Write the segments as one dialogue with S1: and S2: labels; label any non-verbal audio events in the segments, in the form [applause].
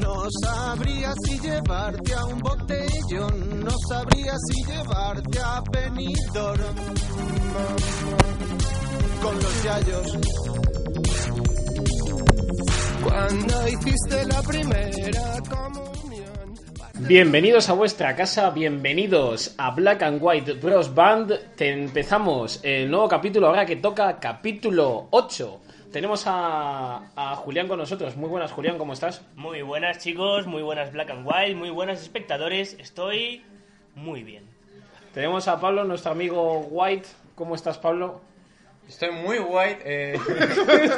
S1: No sabría si llevarte a un botellón, no sabría si llevarte a Benidorm. Con los yayos. Cuando hiciste la primera comunión.
S2: Bienvenidos a vuestra casa, bienvenidos a Black and White Bros Band. Te empezamos el nuevo capítulo ahora que toca capítulo 8. Tenemos a, a Julián con nosotros. Muy buenas, Julián, ¿cómo estás?
S3: Muy buenas chicos, muy buenas Black and Wild, muy buenas espectadores, estoy muy bien.
S2: Tenemos a Pablo, nuestro amigo White. ¿Cómo estás, Pablo?
S4: Estoy muy guay.
S2: [laughs]
S4: eh,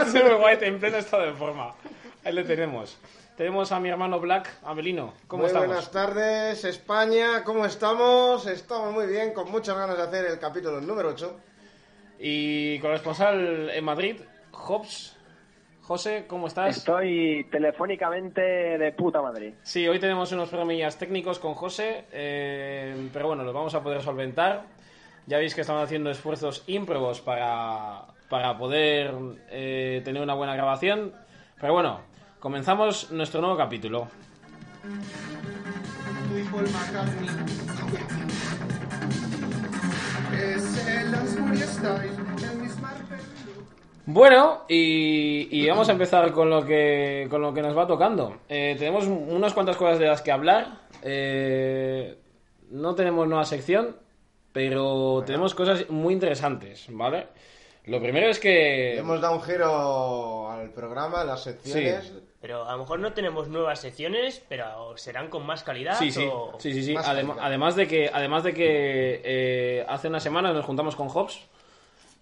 S2: Super White en pleno estado de forma. Ahí le tenemos. Tenemos a mi hermano Black, Abelino. ¿Cómo
S4: muy
S2: estamos?
S4: buenas tardes, España. ¿Cómo estamos? Estamos muy bien, con muchas ganas de hacer el capítulo número 8.
S2: Y corresponsal en Madrid, Hobbs. José, ¿cómo estás?
S5: Estoy telefónicamente de puta madre.
S2: Sí, hoy tenemos unos problemillas técnicos con José, eh, pero bueno, los vamos a poder solventar. Ya veis que estamos haciendo esfuerzos ímprobos para, para poder eh, tener una buena grabación. Pero bueno, comenzamos nuestro nuevo capítulo.
S1: Y Paul McCartney. Es el Asbury Style, el Miss Marple.
S2: Bueno, y, y vamos a empezar con lo que, con lo que nos va tocando. Eh, tenemos unas cuantas cosas de las que hablar. Eh, no tenemos nueva sección, pero tenemos cosas muy interesantes, ¿vale? Lo primero es que...
S4: Hemos dado un giro al programa, las secciones.
S2: Sí.
S3: Pero a lo mejor no tenemos nuevas secciones, pero serán con más calidad.
S2: Sí, sí,
S3: o-
S2: sí, sí, sí.
S4: más
S2: Adem-
S4: calidad.
S2: además de que, además de que eh, hace unas semanas nos juntamos con Hobbs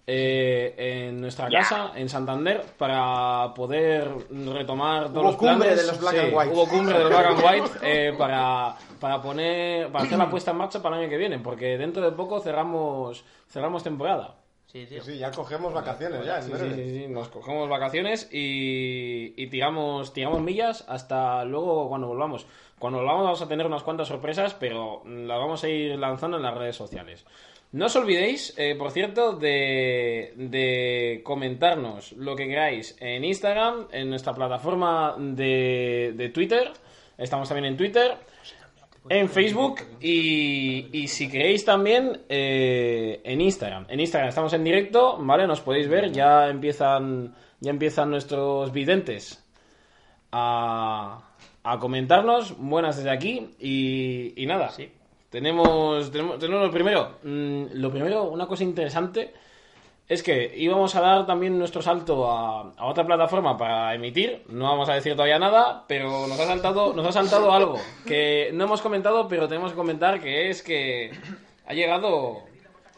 S2: eh, en nuestra casa, en Santander, para poder retomar todos
S4: Hubo
S2: los
S4: cumbre
S2: planes.
S4: de los Black and White.
S2: Hubo cumbre de los Black and
S4: [laughs]
S2: White eh, para, para poner, para hacer la puesta en marcha para el año que viene, porque dentro de poco cerramos, cerramos temporada.
S3: Sí, tío.
S4: Sí, sí, ya cogemos vacaciones, ya. en
S2: Sí, sí,
S4: breve.
S2: sí, sí, nos cogemos vacaciones y, y tiramos, tiramos millas hasta luego cuando volvamos. Cuando volvamos vamos a tener unas cuantas sorpresas, pero las vamos a ir lanzando en las redes sociales. No os olvidéis, eh, por cierto, de, de comentarnos lo que queráis en Instagram, en nuestra plataforma de, de Twitter. Estamos también en Twitter, en Facebook y, y si queréis también eh, en Instagram. En Instagram estamos en directo, ¿vale? Nos podéis ver, ya empiezan, ya empiezan nuestros videntes a, a comentarnos. Buenas desde aquí y, y nada.
S3: Sí.
S2: Tenemos, tenemos, tenemos lo primero. Mm, lo primero, una cosa interesante es que íbamos a dar también nuestro salto a, a otra plataforma para emitir. No vamos a decir todavía nada, pero nos ha saltado, nos ha saltado algo que no hemos comentado, pero tenemos que comentar que es que ha llegado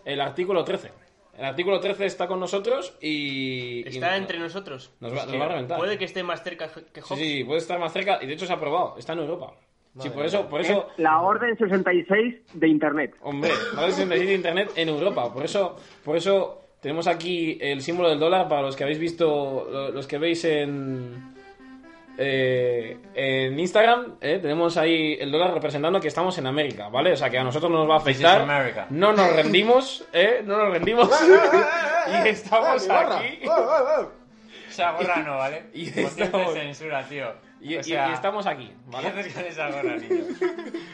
S2: el artículo 13. El artículo 13 está con nosotros y... y
S3: Está
S2: nos-
S3: entre nosotros.
S2: nos va-
S3: Es
S2: nos
S3: que
S2: va a reventar.
S3: Puede que esté más cerca que
S2: Sí,
S3: Hobbs.
S2: sí, puede estar más cerca y de hecho se ha aprobado. Está en Europa. sí, por
S4: mía.
S2: eso, por eso...
S5: La orden 66 de Internet.
S2: Hombre, no es el de internet en Europa. Por eso, por eso tenemos aquí el símbolo del dólar para los que habéis visto, lo- los que veis en eh, en Instagram. eh, tenemos ahí el dólar representando que estamos en América, ¿vale? O sea que a nosotros no nos va a
S6: This is
S2: afectar.
S6: America.
S2: No nos rendimos, ¿eh? No nos rendimos. [laughs] y
S4: ¡Eh,
S2: estamos
S4: mi gorra!
S2: aquí.
S4: ¡Oh, oh, oh!
S6: Esa gorra no, ¿vale?
S2: Y
S6: Y
S2: estamos-
S6: censura, tío.
S2: Y,
S6: O
S2: y-
S6: sea,
S2: y estamos aquí,
S6: ¿qué
S2: ¿vale?
S6: haces con esa gorra, niño?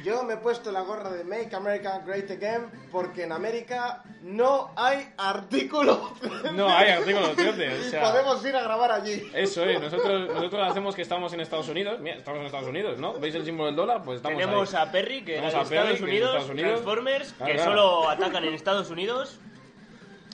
S4: Yo me he puesto la gorra de Make America Great Again porque en América no hay artículo.
S2: No, hay artículo 13, o sea-
S4: Podemos ir a grabar allí.
S2: Eso es, nosotros, nosotros hacemos que estamos en Estados Unidos. Mira, estamos en Estados Unidos, ¿no? ¿Veis el símbolo del dólar? Pues estamos
S3: Tenemos
S2: ahí.
S3: a Perry, que
S2: Tenemos
S3: era de
S2: a Perry,
S3: Estados,
S2: que es de
S3: Unidos,
S2: Estados Unidos.
S3: Transformers,
S2: Claro,
S3: que
S2: claro.
S3: solo atacan en Estados Unidos.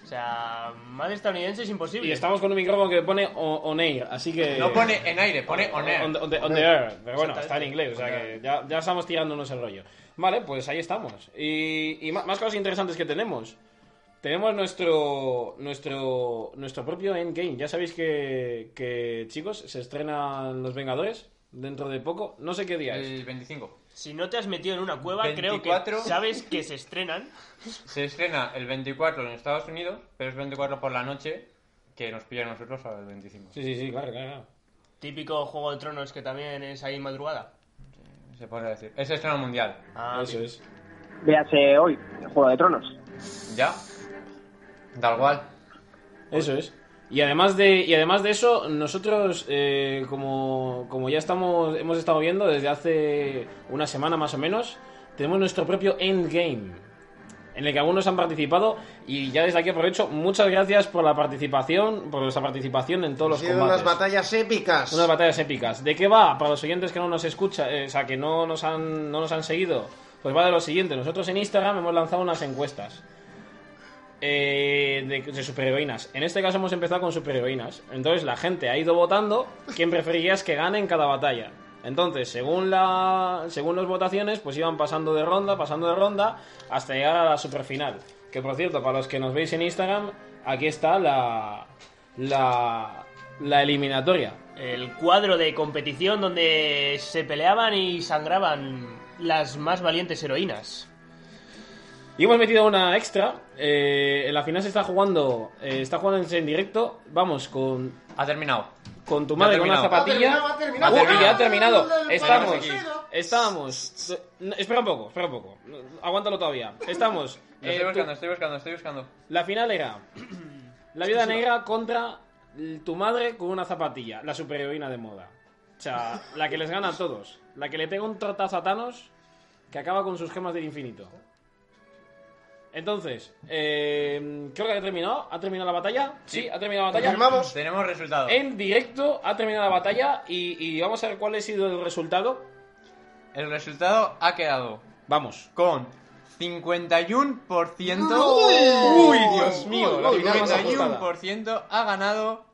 S3: O sea, más estadounidense es imposible.
S2: Y estamos con un micrófono que pone o- on air, así que...
S6: No pone en aire, pone on air.
S2: On, on the, on the air, pero bueno, está en inglés, o sea que ya, ya estamos tirándonos el rollo. Vale, pues ahí estamos. Y, y ma- más, cosas interesantes que tenemos. Tenemos nuestro nuestro nuestro propio endgame. Ya sabéis que, que, chicos, se estrenan Los Vengadores dentro de poco. No sé qué día es.
S6: El 25.
S3: Si no te has metido en una cueva, creo
S6: 24.
S3: que sabes que se estrenan.
S6: Se estrena el 24 en Estados Unidos, pero es 24 por la noche, que nos pilla a nosotros al 25.
S2: Sí, sí, sí, claro, claro. claro.
S3: Típico Juego de Tronos que también es ahí madrugada.
S6: Se podría decir. Es estreno mundial.
S3: Ah,
S2: Eso es.
S5: Véase hoy, Juego de Tronos.
S6: ¿Ya? Da igual.
S2: Eso es. Y además de, y además de eso, nosotros, eh, como, como ya estamos, hemos estado viendo desde hace una semana más o menos, tenemos nuestro propio endgame, en el que algunos han participado. Y ya desde aquí aprovecho, muchas gracias por la participación, por vuestra participación en todos
S4: Han
S2: los
S4: sido
S2: combates.
S4: unas batallas épicas.
S2: Unas batallas épicas. ¿De qué va? Para los oyentes que no nos escuchan, o sea, que no nos, han, no nos han seguido, pues va de lo siguiente. Nosotros en Instagram hemos lanzado unas encuestas eh, de, de superheroínas. En este caso hemos empezado con superheroínas. Entonces la gente ha ido votando quién preferirías que gane en cada batalla. Entonces, según la según las votaciones, pues iban pasando de ronda, pasando de ronda, hasta llegar a la superfinal. Que por cierto, para los que nos veis en Instagram, aquí está la la, la eliminatoria.
S3: El cuadro de competición donde se peleaban y sangraban las más valientes heroínas.
S2: Y hemos metido una extra. Eh, en la final se está jugando. eh, está jugando en directo. Vamos, con,
S6: Ha terminado.
S2: con tu
S6: Ya
S2: madre
S6: ha
S2: con una
S6: terminado.
S2: zapatilla.
S4: Ha terminado, ha terminado.
S2: Uh, y ya
S4: Ah,
S2: ha terminado.
S4: el- el- el-
S2: Estamos.
S6: el- el-
S2: Estábamos. no, espera un poco, espera un poco. No, Aguántalo todavía. Estamos.
S6: Lo
S2: eh,
S6: estoy
S2: tu-
S6: buscando, estoy buscando, estoy buscando.
S2: la final era. [clears throat] La viuda negra contra l- tu madre con una zapatilla. La superheroína de moda. O sea, la que les gana a todos. La que le pega un trotazo a Thanos que acaba con sus gemas del infinito. Entonces, eh, creo que ha terminado. ¿Ha terminado la batalla? Sí, ha terminado la batalla.
S4: Confirmamos.
S6: Tenemos resultado.
S2: En directo ha terminado la batalla y, y vamos a ver cuál ha sido el resultado.
S6: El resultado ha quedado
S2: Vamos.
S6: con 51%.
S4: Uy.
S6: Uy, Dios mío.
S2: Uy,
S6: la
S2: uy, uy, más
S6: 51% ha ganado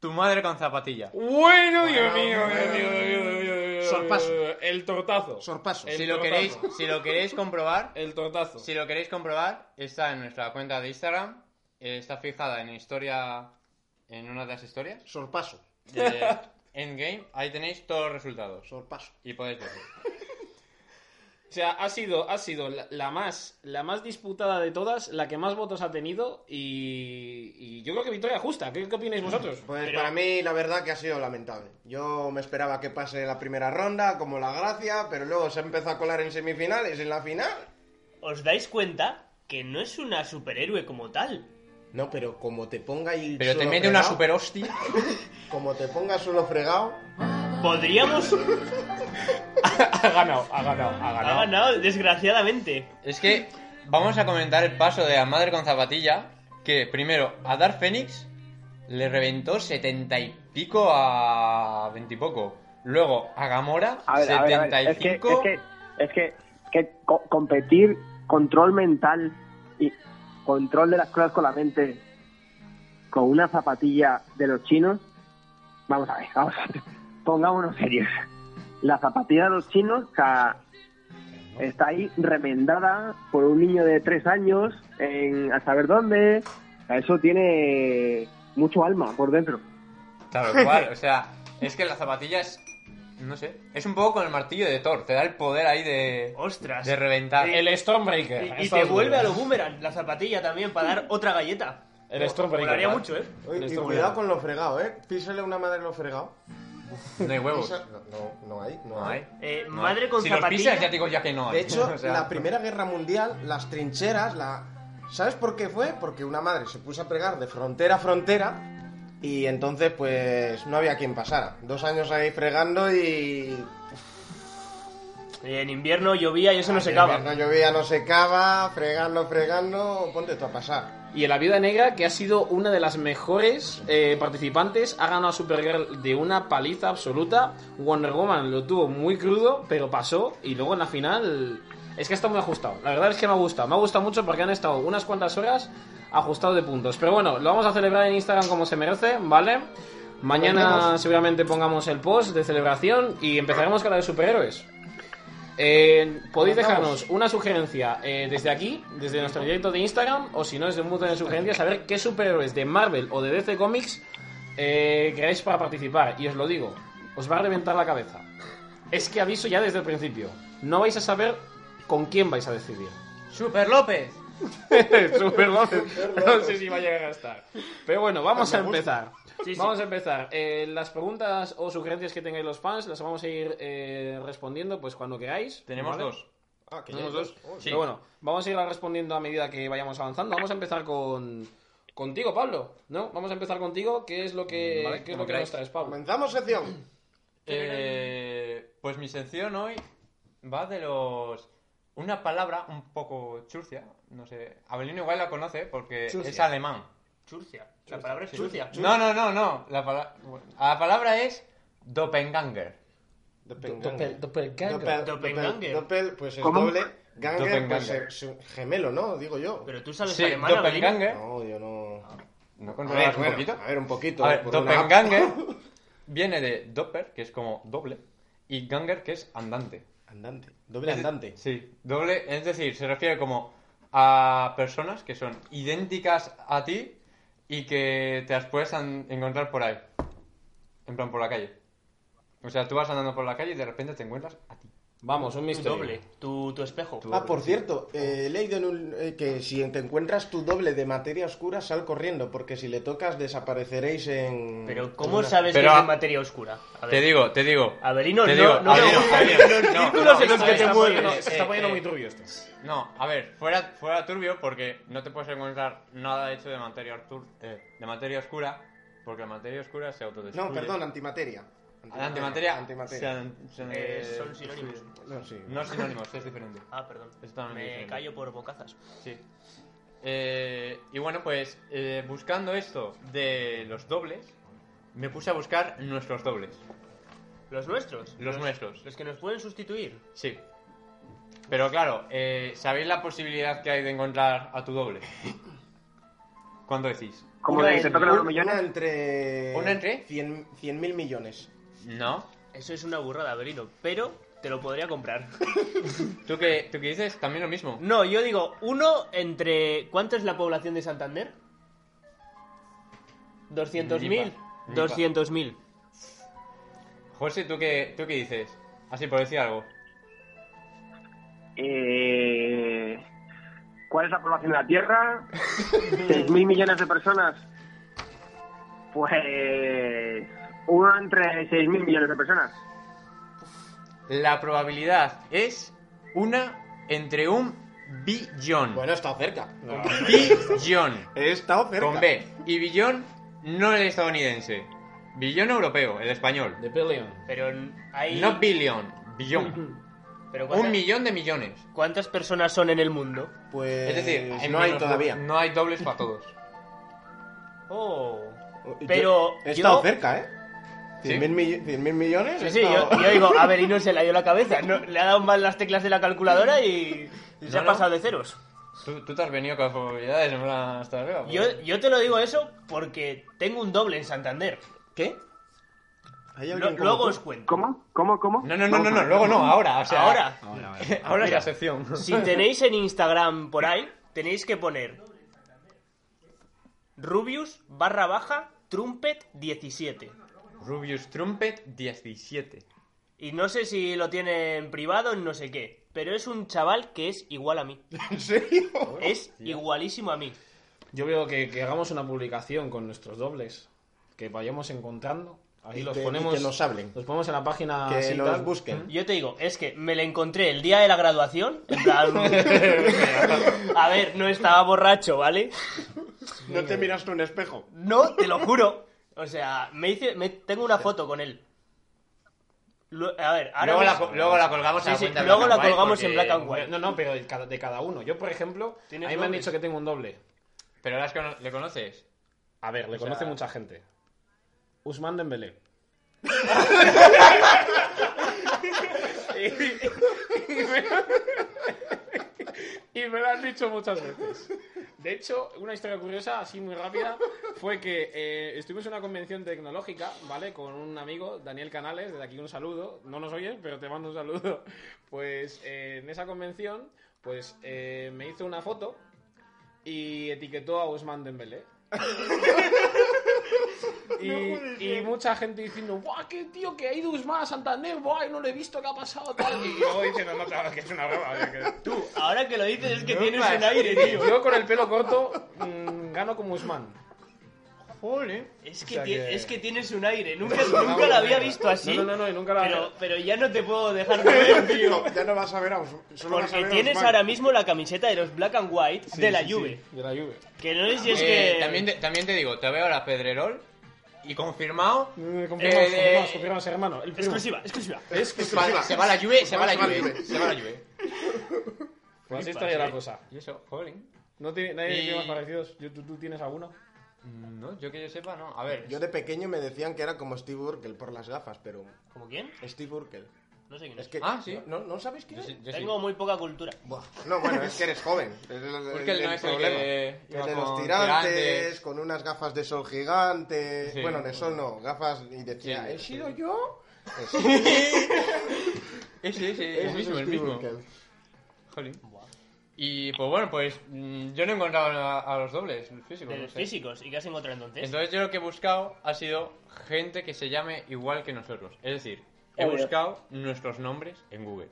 S6: tu madre con zapatilla.
S2: Bueno, Dios mío, Dios mío, Dios mío, Dios mío, Dios mío.
S4: Sorpaso.
S2: El tortazo.
S4: Sorpaso.
S2: El
S6: Si lo
S2: tortazo.
S6: queréis, si lo
S2: [laughs]
S6: queréis comprobar,
S2: El tortazo.
S6: si lo queréis comprobar, está en nuestra cuenta de Instagram, eh, está fijada en historia en una de las historias
S4: Sorpaso.
S6: de Endgame, ahí tenéis todos los resultados
S4: Sorpaso.
S6: y podéis verlo.
S2: O sea, ha sido, ha sido la, la más, la más disputada de todas, la que más votos ha tenido y, y yo creo que victoria justa. ¿Qué, qué opináis vosotros?
S4: Pues para mí la verdad que ha sido lamentable. Yo me esperaba que pase la primera ronda como la gracia, pero luego se empezó a colar en semifinales, en la final.
S3: ¿Os dais cuenta que no es una superhéroe como tal?
S4: No, pero como te ponga ahí
S6: Pero te
S4: solo
S6: mete una
S4: fregado,
S6: super hostia.
S4: Como te ponga solo fregado,
S3: [laughs] Podríamos...
S2: ha ganado, ha ganado, ha
S3: Ha ganado, desgraciadamente.
S6: Es que vamos a comentar el paso de la madre con zapatilla, que primero a Dark Phoenix le reventó setenta y pico a veintipoco. Luego a Gamora,
S5: A ver, a ver, a ver, Es que,
S6: 75.
S5: es que, es que, que co- competir, control mental y control de las cosas con la mente con una zapatilla de los chinos. Vamos a ver, vamos a ver. Pongámonos serios. La zapatilla de los chinos o sea, está ahí remendada por un niño de tres años en a saber dónde. O sea, Eso tiene mucho alma por dentro.
S6: Tal cual, o sea, es que la zapatilla es. No sé, es un poco con el martillo de Thor, te da el poder ahí de.
S3: Ostras.
S6: de reventar.
S2: El Stormbreaker.
S3: Y- Y,
S2: Esto
S3: te
S2: es
S3: vuelve
S2: bueno.
S3: a los boomerang la zapatilla también para dar otra galleta.
S2: El Stormbreaker.
S3: Molaría
S2: ¿vale?
S3: mucho, ¿eh?
S4: Oye,
S2: El
S4: y
S2: Stormbreaker.
S4: cuidado con lo fregado, ¿eh? Písale una madre lo fregado.
S6: No hay huevos.
S4: Pisa- No, no, no hay, no,
S6: No
S4: hay.
S6: hay.
S3: Eh,
S6: no
S3: madre
S6: hay.
S3: con
S6: si
S3: zapatilla.
S6: los pisas, ya te digo ya que no hay.
S4: De hecho,
S6: [laughs] O sea,
S4: la Primera Guerra Mundial, las trincheras, la... ¿Sabes por qué fue? Porque una madre se puso a pregar de frontera a frontera y entonces pues no había quien pasara. Dos años ahí fregando y...
S3: Eh, En invierno llovía y eso
S6: Ah,
S3: no se
S4: No
S3: acaba.
S4: llovía, no secaba, fregando, fregando, ponte tú a pasar.
S2: Y en la Viuda Negra, que ha sido una de las mejores eh, participantes, ha ganado a Supergirl de una paliza absoluta. Wonder Woman lo tuvo muy crudo, pero pasó. Y luego en la final. Es que está muy ajustado. La verdad es que me ha gustado. Me ha gustado mucho porque han estado unas cuantas horas ajustados de puntos. Pero bueno, lo vamos a celebrar en Instagram como se merece, ¿vale? Mañana
S4: Volvemos.
S2: seguramente pongamos el post de celebración y empezaremos con la de superhéroes. Eh, podéis dejarnos una sugerencia eh, desde aquí, desde nuestro directo de Instagram, o si no, desde un montón de sugerencias, saber qué superhéroes de Marvel o de DC Comics eh, queráis para participar. Y os lo digo, os va a reventar la cabeza. Es que aviso ya desde el principio, no vais a saber con quién vais a decidir.
S6: Super López.
S2: Super López. No sé si va a llegar a estar. Pero bueno, vamos a empezar.
S3: Sí, sí.
S2: Vamos a empezar. Eh, las preguntas o sugerencias que tengáis los fans las vamos a ir eh, respondiendo pues cuando queráis.
S6: Tenemos
S2: ¿vale?
S6: dos.
S4: Ah, que ya
S2: Tenemos
S4: hay
S2: dos.
S4: Uy.
S6: Sí.
S2: Pero bueno, vamos a ir respondiendo a medida que vayamos avanzando. Vamos a empezar con, Contigo, Pablo. ¿No? Vamos a empezar contigo. ¿Qué es lo que,
S6: Vale,
S2: qué es lo que
S6: como
S2: nos
S6: queráis.
S2: traes, Pablo?
S4: Comenzamos sección.
S6: Eh, pues mi sección hoy va de los... Una palabra un poco churcia, no sé. Abelino igual la conoce porque
S4: Churcia.
S6: es alemán.
S3: Churcia. La palabra es churcia.
S6: No, no, no, no. La, pala- la palabra es doppelganger.
S4: Doppelganger.
S2: Doppelganger.
S4: Doppel,
S3: Doppelganger.
S4: doppel, pues es
S5: ¿Cómo?
S4: doble. Ganger, pues
S6: Doppelganger.
S4: es un gemelo, ¿no? Digo yo.
S3: Pero tú sabes
S6: Sí,
S3: alemán, Abelino.
S6: doppelganger.
S4: No, yo no.
S6: ¿No
S4: A
S6: controlas
S4: ver,
S6: un
S4: bueno,
S6: poquito?
S4: a ver, un poquito.
S6: A ver,
S4: por una app.
S6: doppelganger viene de doppel, que es como doble, y ganger, que es andante.
S4: Andante. Doble
S6: Es de-
S4: andante.
S6: Sí, doble, es decir, se refiere como a personas que son idénticas a ti y que te las puedes an- encontrar por ahí. En plan, por la calle. O sea, tú vas andando por la calle y de repente te encuentras a ti.
S2: Vamos, un
S3: Tu
S2: misterio.
S3: doble, tu, tu espejo.
S4: Ah, por cierto, eh, he leído en un- eh, que si te encuentras tu doble de materia oscura, sal corriendo, porque si le tocas desapareceréis en...
S3: Pero ¿cómo
S4: en Mm, una-
S3: sabes
S6: Pero
S3: que
S6: a-
S3: es de materia oscura? A ver.
S6: Te digo, te digo.
S3: Avelino,
S6: te
S3: no-
S6: digo,
S3: no me
S6: Avelino,
S3: gustan
S6: Avelino,
S3: los
S6: no,
S3: círculos
S6: no,
S3: en los
S6: está
S3: que
S6: bien,
S3: te
S6: está
S3: mueves.
S6: poniendo-
S2: Se
S6: eh,
S2: está poniendo
S6: eh,
S2: muy turbio esto.
S6: No, a ver, fuera, fuera turbio porque no te puedes encontrar nada hecho de materia, artur- eh, de materia oscura porque la materia oscura se autodestruye.
S4: No, perdón, antimateria.
S6: Ah, La antimateria,
S4: Antimateria.
S6: se- se-
S3: Eh, son sinónimos.
S4: No, sí.
S6: No es sinónimos, es diferente.
S3: Ah, perdón.
S6: Eso también es
S3: Me
S6: diferente.
S3: callo por bocazas.
S6: Sí. Eh, y bueno, pues eh, buscando esto de los dobles, me puse a buscar nuestros dobles.
S3: ¿Los nuestros?
S6: Los nuestros.
S3: Los que nos pueden sustituir.
S6: Sí. Pero claro, eh, ¿sabéis la posibilidad que hay de encontrar a tu doble? ¿Cuánto decís?
S5: Como
S4: Una
S5: que te
S4: en-
S5: tocan los
S4: una
S5: millones.
S4: entre...
S6: ¿Una entre?
S4: 100 mil millones.
S6: No.
S3: Eso es una burrada, Avelino. Pero te lo podría comprar. [laughs]
S6: ¿Tú que, tú que dices también lo mismo.
S3: No, yo digo, uno entre. ¿Cuánto es la población de Santander?
S6: Ni
S3: 200.000.
S6: pa- ni pa.
S3: 200.000.
S6: José, ¿tú qué, tú qué dices? Así por decir algo.
S5: Eh, ¿Cuál es la población de
S3: [laughs]
S5: la Tierra? ¿6.000 mil millones de personas? Pues uno entre 6.000 mil millones de personas.
S6: La probabilidad es una entre un billón.
S4: Bueno, está cerca. No.
S6: Billón.
S4: He estado [laughs] cerca.
S6: Con B. Y billón no el estadounidense. Billón europeo, el español.
S2: The Billion.
S3: Pero hay.
S6: No billion,
S4: [laughs]
S6: billón.
S3: pero ¿cuántas,
S6: Un millón de millones.
S3: ¿Cuántas personas son en el mundo?
S4: Pues
S6: Es decir,
S4: no hay
S6: menos
S4: todavía.
S6: do- No hay dobles para todos.
S3: Oh.
S4: Yo-
S3: Pero
S4: He
S3: yo-
S4: estado cerca, ¿eh?
S6: Sí.
S4: 100.000 millo- 100.000 millones.
S3: Sí,
S4: he
S3: sí, yo,
S4: estado-
S3: [laughs] yo digo, a ver, y no se le ha ido la cabeza. No, le ha dado mal las teclas de la calculadora y se
S6: No,
S3: ha
S6: no.
S3: pasado de ceros.
S6: Tú, tú te has venido con las probabilidades en plan hasta arriba. pues.
S3: Yo, yo te lo digo eso porque tengo un doble en Santander.
S4: ¿Qué? ¿Hay
S3: Lo-
S4: alguien como
S3: luego
S4: tú?
S3: os cuento.
S5: ¿Cómo? ¿Cómo? ¿Cómo?
S6: No, no, no, no,
S5: Vamos
S6: no,
S5: a ver.
S6: luego no, ahora. O sea, [laughs]
S3: Ahora,
S6: Ahora es
S3: [laughs]
S6: la sección.
S3: si tenéis en Instagram por ahí, tenéis que poner Rubius barra baja Trumpet 17.
S6: Rubius Trumpet 17.
S3: Y no sé si lo tienen privado, no sé qué. Pero es un chaval que es igual a mí.
S4: ¿En serio?
S3: Es igualísimo a mí.
S2: Yo veo que, que hagamos una publicación con nuestros dobles. Que vayamos encontrando. Ahí
S4: Y
S2: los
S4: que- y
S2: ponemos.
S4: que nos hablen.
S2: Los ponemos en la
S6: Ah,
S2: página.
S4: que
S2: así,
S4: los
S2: tal.
S4: busquen.
S3: Yo te digo, es que me le encontré el día de la graduación. en plan- a ver, no estaba borracho, ¿vale?
S4: No te miraste un [laughs] espejo.
S3: No, te lo juro. O sea, me hice, me, tengo una foto con él. Lu- a ver, ahora
S6: Luego la,
S3: mismo-
S6: co- luego la colgamos
S3: Sí,
S6: a la
S3: sí,
S6: cuenta
S3: luego
S6: Black
S3: la
S6: and White
S3: colgamos en
S6: porque-
S3: Black and White.
S2: No, no, pero de cada, de cada uno. Yo, por ejemplo, ahí
S3: ¿Tienes
S2: me han
S3: dobles?
S2: dicho que tengo un doble.
S6: Pero ahora es que le conoces.
S2: A ver, le
S6: sea-
S2: conoce mucha gente. Usman Dembélé. [laughs] y, me, y me lo han dicho muchas veces. De hecho, una historia curiosa, así muy rápida, fue que eh, estuvimos en una convención tecnológica, ¿vale? Con un amigo, Daniel Canales, desde aquí un saludo. No nos oyes, pero te mando un saludo. Pues eh, en esa convención, pues eh, me hizo una foto y etiquetó a Usman Dembélé. Y, y mucha gente diciendo, ¡buah, qué tío, que ha ido Usman a Santander! ¡Buah, no lo he visto, qué ha pasado! Tal. Y luego diciendo, no, claro, que es una broma. o sea, que-
S3: Tú, ahora que lo dices es que
S6: No
S3: tienes
S6: más.
S3: un aire, tío.
S2: Yo con el pelo corto mm, gano como Usman.
S6: Jolín.
S3: Es
S6: O
S3: que,
S6: sea
S3: ti- es que tienes un aire. Nunca, nunca la había visto así.
S2: No, no, no, no, nunca la-
S3: pero, pero ya no te puedo dejar
S4: [laughs]
S3: de ver, tío.
S4: Eh, ya no vas a ver a Os- solo vas a
S3: Porque
S4: ver a
S3: tienes
S4: Osman.
S3: ahora mismo la camiseta de los Black and White de la Juve.
S2: de la Juve.
S3: Que no es si es
S6: Eh,
S3: que...
S6: también, te, también te digo, te veo ahora Pedrerol y confirmado.
S2: Eh, Confirmamos,
S6: Eh, de-
S2: confirmamos, confirmamos, hermano. El primo.
S3: Exclusiva, exclusiva.
S4: ¿Eh?
S2: Es que
S6: se va- se va la Juve, se va la
S4: Se va la
S6: Juve,
S4: Juve.
S6: se va la Juve.
S2: Pues así estaría la cosa.
S6: Y eso, jolín.
S2: ¿No tiene, nadie
S6: Y-
S2: tiene más parecidos? Yo- ¿Tú, tú tienes alguno?
S6: Mm, No, yo que yo sepa, no. A ver,
S4: Yo de pequeño me decían que era como Steve Urkel por las gafas, pero.
S3: ¿Como quién?
S4: Steve Urkel.
S3: No sé quién es.
S4: Es que.
S6: Ah, sí.
S4: ¿No, no sabes quién
S6: yo
S4: es?
S6: sí- yo sí.
S3: Tengo muy poca cultura.
S4: Buah. No, bueno, es que eres
S6: [laughs]
S4: joven. Es el,
S6: Urkel no es el que
S4: El
S6: iba
S4: de los
S6: con
S4: tirantes,
S6: tirantes.
S4: con unas gafas de sol gigante.
S6: Sí.
S4: Bueno, de sol no, gafas. Y decía,
S6: Sí,
S4: ¿he
S6: sí.
S4: sido
S6: [laughs]
S4: yo?
S6: Ese, ese,
S4: Ese
S6: el
S4: es
S6: mismo, el
S4: Steve
S6: mismo.
S4: Urkel.
S6: Jolín. Y pues bueno, pues mm, yo no he encontrado a, a los dobles físicos.
S3: De
S6: no
S3: los
S6: sé.
S3: físicos. ¿Y qué has encontrado entonces?
S6: Entonces yo lo que he buscado ha sido gente que se llame igual que nosotros. Es decir, he
S5: Obvio.
S6: buscado nuestros nombres en Google.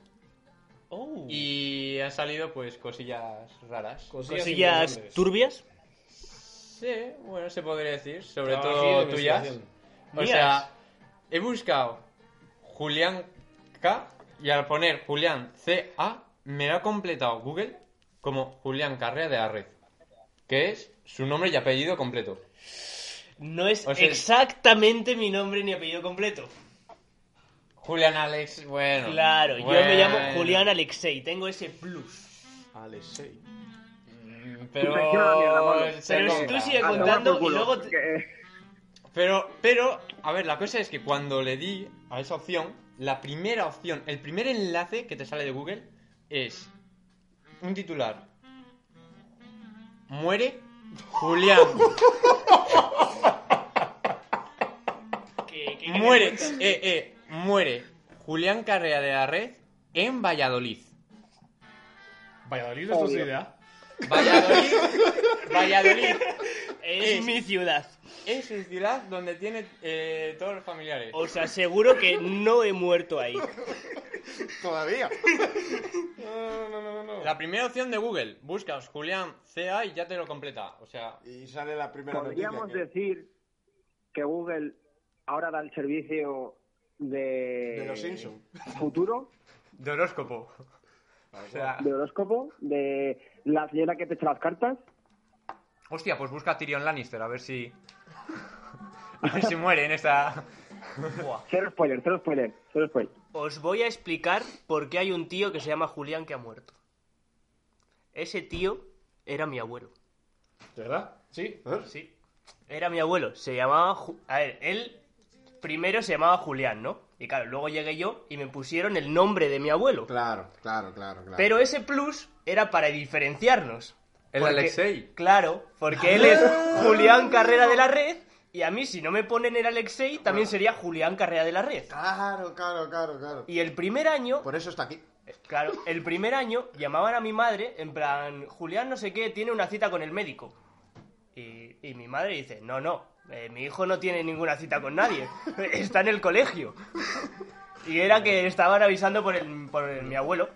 S3: Oh.
S6: Y han salido pues cosillas raras.
S3: ¿Cosillas turbias?
S6: Sí, bueno, se podría decir, sobre
S2: Trabajo
S6: todo
S2: de
S6: tuyas.
S2: investigación.
S6: O
S3: Mías.
S6: sea, he buscado Julián K y al poner Julián CA me lo ha completado Google como Julián Carrea de la Red, que es su nombre y apellido completo.
S3: No es
S6: O sea-
S3: exactamente mi nombre ni apellido completo.
S6: Julián Alex, bueno.
S3: Claro, yo
S6: bueno.
S3: me llamo Julián Alexei, tengo ese plus.
S4: Alexei.
S6: Mm,
S5: Te quiero la mierda,
S6: Pero...
S5: Pablo.
S6: se
S3: Pero si
S6: compra.
S3: tú sigues
S5: A tomar
S3: contando
S5: por
S3: y
S5: culo,
S3: luego... te-
S5: que-
S6: Pero, pero, a ver, la cosa es que cuando le di a esa opción, la primera opción, el primer enlace que te sale de Google es un titular. Muere [laughs] Julián. [laughs]
S3: que- que-
S6: muere, eh, eh, muere Julián Carrea de la Red en Valladolid.
S2: Valladolid, esto es
S5: Obvio.
S2: idea.
S6: [laughs] Valladolid, Valladolid
S3: Es
S6: es- [laughs]
S3: mi ciudad.
S6: es su ciudad donde tiene eh, todos los familiares.
S3: Os aseguro que no he muerto ahí.
S4: Todavía.
S2: No, no, no, no, no.
S6: La primera opción de Google, buscas Julián CA y ya te lo completa. O sea,
S4: Y sale la primera
S5: Podríamos
S4: noticia. que-
S5: decir que Google ahora da el servicio de,
S4: De los Simpson.
S5: futuro,
S6: de horóscopo. O sea,
S5: de horóscopo, de la señora que te echa las cartas.
S6: hostia, pues busca a Tyrion Lannister, a ver si. [laughs] A ver si muere en esta.
S5: Cero spoiler, cero spoiler, cero spoiler.
S3: Os voy a explicar por qué hay un tío que se llama Julián que ha muerto. Ese tío era mi abuelo.
S2: ¿De verdad? Sí.
S3: Sí. Era mi abuelo. Se llamaba. Ju- A ver, él primero se llamaba Julián, ¿no? Y claro, luego llegué yo y me pusieron el nombre de mi abuelo.
S4: Claro, claro, claro, claro.
S3: Pero ese plus era para diferenciarnos.
S6: El Alexei.
S3: Claro, porque él es Julián Carrera de la Red. Y a mí, si no me ponen el Alexei, también sería Julián Carrera de la Red.
S4: Claro, claro, claro, claro.
S3: Y el primer año,
S4: Por eso está aquí.
S3: claro, el primer año llamaban a mi madre en plan, Julián no sé qué, tiene una cita con el médico. Y, y mi madre dice, no, no, eh, mi hijo no tiene ninguna cita con nadie, [laughs] está en el colegio. Y era que estaban avisando por, el, por el- mi abuelo.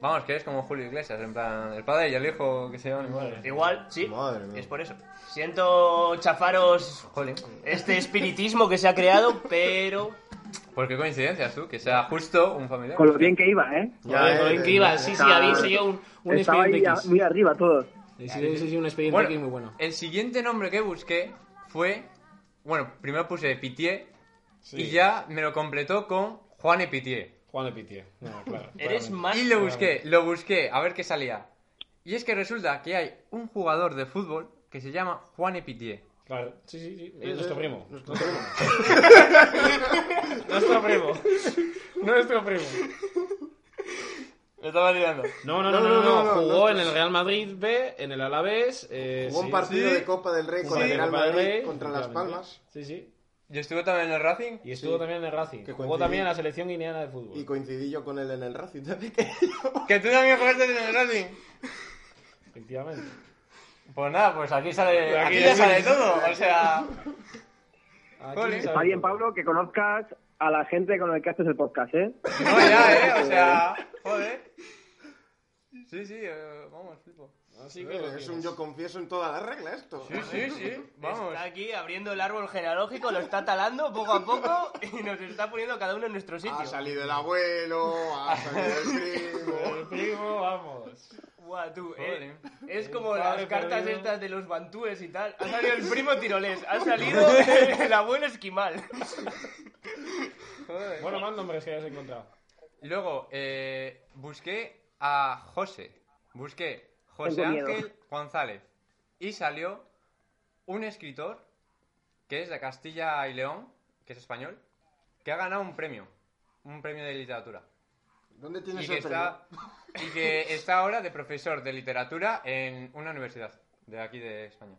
S6: Vamos, que es como Julio Iglesias, en plan, el padre y el hijo que se llaman igual.
S3: Igual, sí,
S4: Madre mía.
S3: es por eso. Siento chafaros
S6: Jolín.
S3: este espiritismo que se ha creado, pero...
S6: Pues qué coincidencias tú, que sea justo un familiar.
S5: Con lo bien que iba, ¿eh?
S4: Ya,
S2: Joder,
S4: eh,
S2: en
S4: eh,
S2: qué iba,
S3: sí,
S5: sí, habéis seguido
S3: un,
S5: Estaba ahí a- muy arriba todos.
S2: Sí, sí, sí, sí, un expediente
S6: Bueno,
S2: aquí muy bueno.
S6: el siguiente nombre que busqué fue. Bueno, primero puse Pitié y ya me lo completó con Juan Pitié.
S2: Juan de Pitié. [laughs] No, claro.
S3: Eres
S2: claramente.
S3: más...
S6: Y lo busqué, lo busqué, a ver qué salía. Y es que resulta que hay un jugador de fútbol que se llama Juan Epitié.
S2: Claro. Sí, sí, sí. Es nuestro
S4: eh,
S2: primo.
S4: nuestro primo.
S2: Nuestro [laughs] primo. Nuestro primo.
S6: Lo estaba tirando.
S2: No, no, no,
S4: No,
S2: no,
S4: no,
S2: no,
S4: no, no, no.
S2: Jugó en el Real Madrid B, en el Alavés. Eh,
S4: Jugó
S2: sí,
S4: un partido
S6: sí.
S4: de Copa del Rey
S2: sí,
S4: contra el Real
S2: Copa del
S4: Madrid
S2: Rey,
S4: contra Las
S2: efectivamente.
S4: Palmas.
S2: Sí, sí.
S6: Yo estuve también en el Racing.
S2: Y estuvo también en el Racing.
S4: Que
S2: Jugó
S4: coincidí.
S2: también en la selección guineana de fútbol.
S4: Y coincidí yo con él en el Racing de pequeño.
S6: Que tú también jugaste en el Racing.
S2: Efectivamente.
S6: Pues nada, pues aquí [laughs] sale.
S2: Aquí
S6: Aquí ya
S2: sí.
S6: sale todo. O sea.
S2: Aquí
S6: Jolín.
S2: se sabe
S5: Está bien,
S2: todo.
S5: Pablo, que conozcas a la gente con la que haces el podcast, ¿eh?
S6: No, ya, eh. O sea. Joder. Sí, sí, eh, vamos, flipo.
S2: Así que lo
S4: Es un
S2: tienes.
S4: yo confieso en toda la regla esto.
S6: Sí, sí, sí, vamos.
S3: Está aquí abriendo el árbol genealógico, lo está talando poco a poco [laughs] y nos está poniendo cada uno en nuestro
S4: Ha
S3: sitio.
S4: salido el abuelo,
S6: [laughs]
S4: ha salido el primo.
S2: El primo, vamos.
S3: Buah, tú,
S6: Joder.
S3: eh, es como
S2: El
S3: las
S2: padre
S3: cartas
S2: perdido.
S3: estas de los bantúes y tal. Ha salido el primo tirolés, ha salido el abuelo esquimal.
S6: Joder.
S2: Bueno, más nombres que hayas encontrado.
S6: Luego, eh, busqué a José. Busqué José
S5: Tengo miedo.
S6: Ángel González. Y salió un escritor que es de Castilla y León, que es español, que ha ganado un premio. Un premio de literatura.
S4: ¿Dónde
S6: Y
S4: tienes
S6: que,
S4: el primo?
S6: está, y que está ahora de profesor de literatura en una universidad de aquí de España,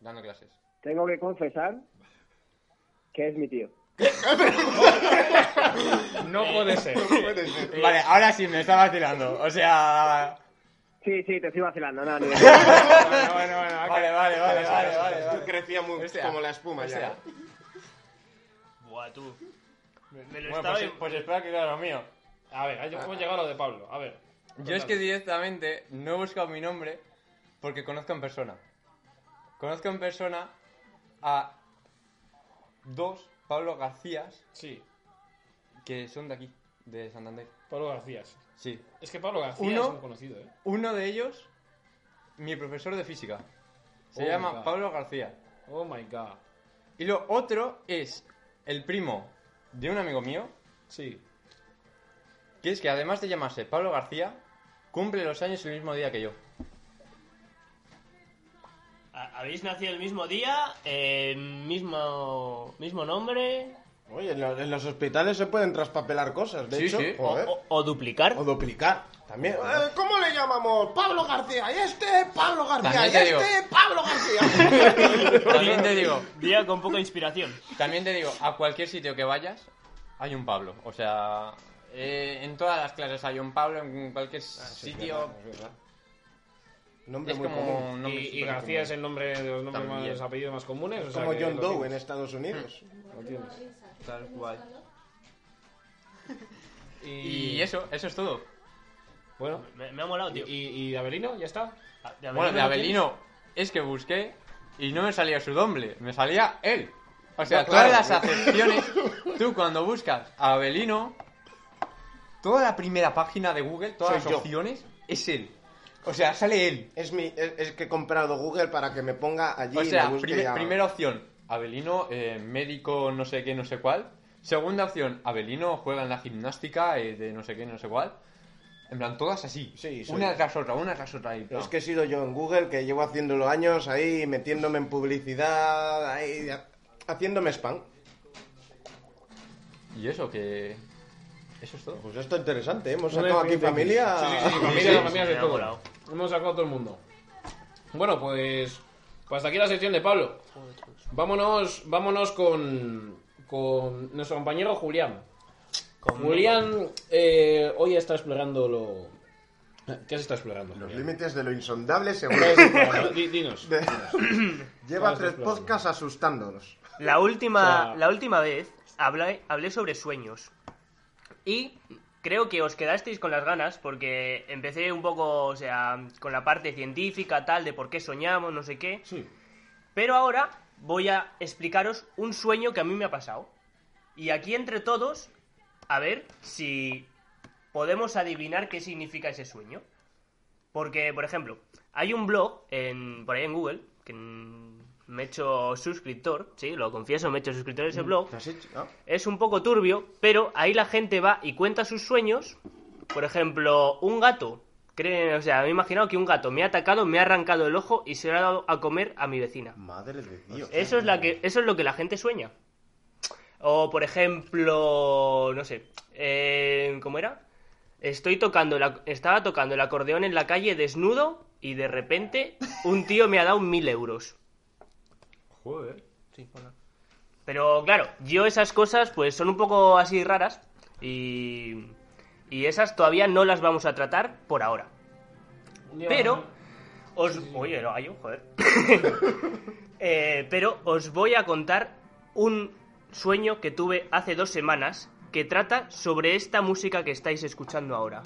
S6: dando clases.
S5: Tengo que confesar que es mi tío.
S2: No puede [laughs] ser.
S4: Puede ser.
S6: Vale, ahora sí me está vacilando. O sea.
S5: Sí, sí, te estoy vacilando. No, ni
S2: Bueno, bueno, bueno, ha
S6: Vale, vale, vale, vale, vale. Este,
S4: Esto crecía muy,
S6: Hostia.
S4: como la espuma ya.
S6: Hostia.
S3: Buah, tú. Me, me lo
S6: Bueno,
S3: estaba...
S6: pues, pues espera que claro lo mío.
S2: A ver, hemos llegado a lo de Pablo. A ver.
S6: Yo es que directamente no he buscado mi nombre porque conozco en persona. Conozco en persona a dos Pablo Garcías
S2: Sí,
S6: que son de aquí, de Santander.
S2: Pablo García.
S6: Sí.
S2: Es que Pablo García
S6: Uno.
S2: es un conocido, ¿eh?
S6: Uno de ellos, mi profesor de física. Se
S2: Oh,
S6: llama
S2: mira.
S6: Pablo García.
S2: Oh my god.
S6: Y lo otro es el primo de un amigo mío,
S2: Sí.
S6: que es que además de llamarse Pablo García, cumple los años el mismo día que yo.
S3: Ha- Habéis nacido el mismo día, eh, mismo, mismo nombre,
S4: Oye, en los, en los hospitales se pueden traspapelar cosas, de
S6: Sí,
S4: hecho.
S6: sí.
S3: o,
S4: Joder.
S3: o- o duplicar.
S4: O duplicar. También. Eh, ¿Cómo le llamamos? Pablo García. Y este, Pablo García.
S6: También
S4: Y
S6: te digo.
S4: este, Pablo García.
S6: También te digo,
S3: Día con poca inspiración.
S6: También te digo, a cualquier sitio que vayas, hay un Pablo. O sea, eh, en todas las clases hay un Pablo, en cualquier sitio.
S4: Nombre
S6: Es
S4: Ah, muy
S6: como
S4: común.
S6: un
S2: Y,
S6: nombre
S2: y
S6: súper
S2: García es
S6: común.
S2: el nombre de los nombres más,
S6: También.
S2: los apellidos más comunes. O sea
S4: Como
S2: que
S4: John
S2: lo Mm.
S4: Doe en
S2: tienes,
S4: Estados Unidos.
S2: lo tienes.
S6: Tal cual.
S2: Y,
S4: ¿eh?
S6: Y eso, eso es todo.
S2: Bueno.
S3: Me, me ha molado,
S2: ¿Y,
S3: tío.
S2: y de Abelino? ¿Ya está?
S3: Ah, de
S6: Bueno, de
S3: no
S6: Abelino es que busqué y no me salía su doble, me salía él. O sea,
S4: No, claro.
S6: todas las acepciones, tú cuando buscas a Abelino, toda la primera página de Google, todas
S4: Soy
S6: las
S4: yo.
S6: opciones, es él. O sea, sale él.
S4: Es, mi, es, es que he comprado Google para que me ponga allí
S6: O
S4: y
S6: sea,
S4: me busque
S6: prime-
S4: ya.
S6: primera opción, Abelino, eh, médico no sé qué, no sé cuál. Segunda opción, Abelino juega en la gimnástica eh, de no sé qué, no sé cuál. En plan, todas así.
S4: Sí, soy
S6: una
S4: yo.
S6: tras otra, una tras otra. y plan.
S4: Es que he sido yo en Google, que llevo haciéndolo años ahí, metiéndome en publicidad, ahí, ha- haciéndome spam.
S6: Y eso, que... Eso es todo.
S4: Pues esto es interesante, ¿eh? hemos
S2: Una
S4: sacado aquí
S2: experiencia.
S4: familia.
S2: Sí, sí, sí,
S3: Sí,
S2: familia,
S3: Ah. sí,
S2: familia
S3: sí,
S2: de
S3: me ha
S2: todo.
S3: molado.
S2: Hemos sacado a todo el mundo. Bueno, pues. Pues hasta aquí la sección de Pablo. Vámonos, vámonos con. Con nuestro compañero Julián.
S3: Conmigo.
S2: Julián eh, hoy está explorando lo. ¿Qué se está explorando?
S4: Los
S2: Julián?
S4: límites de lo insondable seguro. [laughs]
S2: Di- Dinos.
S4: De- Lleva
S2: Vamos
S4: tres
S2: explorando.
S4: podcasts asustándonos.
S3: La última,
S2: O sea-
S3: la última vez hablé, hablé sobre sueños. Y creo que os quedasteis con las ganas porque empecé un poco, o sea, con la parte científica, tal, de por qué soñamos, no sé qué.
S2: Sí.
S3: Pero ahora voy a explicaros un sueño que a mí me ha pasado. Y aquí entre todos, a ver si podemos adivinar qué significa ese sueño. Porque, por ejemplo, hay un blog en, por ahí en Google, que mm, me he hecho suscriptor, sí, lo confieso, me he hecho suscriptor de ese blog.
S4: ¿Te has hecho? Ah,
S3: Es un poco turbio, pero ahí la gente va y cuenta sus sueños. Por ejemplo, un gato. Cree, o sea, me he imaginado que un gato me ha atacado, me ha arrancado el ojo y se lo ha dado a comer a mi vecina.
S4: Madre de Dios.
S3: Eso es, la que, eso es lo que la gente sueña. O, por ejemplo, no sé, eh, ¿cómo era? Estoy tocando, la, estaba tocando el acordeón en la calle desnudo y de repente un tío me ha dado mil euros.
S2: Joder.
S3: Pero claro, yo esas cosas pues son un poco así raras y, y esas todavía no las vamos a tratar por ahora. Pero os... Oye, no, hay un joder. [laughs] Eh, pero os voy a contar un sueño que tuve hace dos semanas que trata sobre esta música que estáis escuchando ahora.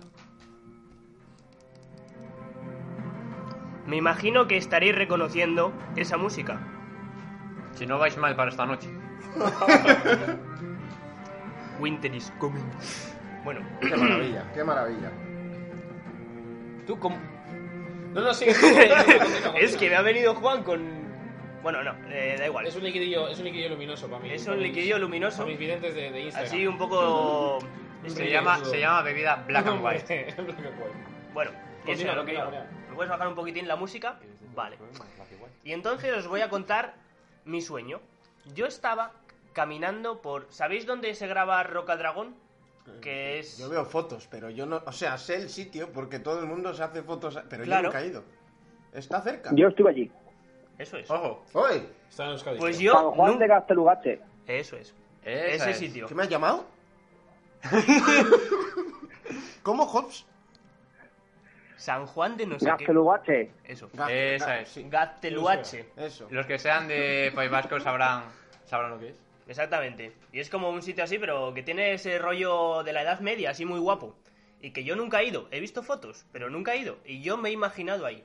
S3: Me imagino que estaréis reconociendo esa música.
S7: Si no vais mal para esta noche.
S3: Winter is coming. Bueno,
S4: Qué maravilla, qué maravilla.
S6: Tú, ¿cómo?
S2: No,
S3: [laughs]
S2: no, sí. continúa, continúa,
S3: es
S2: continúa.
S3: que me ha venido Juan con... Bueno, no, eh, da igual.
S2: Es un liquidillo, es un liquidillo luminoso para mí.
S3: Es
S2: para
S3: un
S2: mis-
S3: liquidillo luminoso.
S2: para mis videntes de, de Instagram. [laughs]
S3: Así un poco...
S7: Se llama, se llama bebida black and
S4: [laughs]
S7: white.
S2: Black and white.
S3: Bueno,
S4: Pues
S3: eso
S2: Continúa,
S3: era lo que
S2: continúa,
S3: iba.
S2: continúa.
S3: ¿Me puedes bajar un poquitín la música? Vale.
S4: eh,
S3: Y entonces os voy a contar mi sueño. Yo estaba caminando por... ¿Sabéis dónde se graba Roca Dragón? Que es...
S4: Eh, Yo veo fotos, pero yo no. O sea, sé el sitio porque todo el mundo se hace fotos. Pero
S3: Claro.
S4: yo nunca he ido. Está cerca.
S5: [laughs] Yo estuve allí.
S3: Eso es.
S7: Ojo.
S4: ¡Oye!
S2: Está en Euskadi.
S3: Pues
S5: San
S3: yo...
S5: Juan
S3: nun-
S5: de Castelugache.
S3: Eso es.
S7: Esa
S3: Ese
S7: es.
S3: sitio.
S4: ¿Qué me has llamado? [laughs] ¿Cómo Hobbs?
S3: San Juan de no sé qué.
S5: Castelugache.
S3: Eso.
S4: Ga-
S7: Esa
S4: ga-
S7: es.
S4: eh, sí,
S3: Gazteluache.
S4: Eso.
S7: Los que sean de País Vasco sabrán, sabrán lo que es.
S3: Exactamente. Y es como un sitio así, pero que tiene ese rollo de la Edad Media, así muy guapo. Y que yo nunca he ido. He visto fotos, pero nunca he ido. Y yo me he imaginado ahí.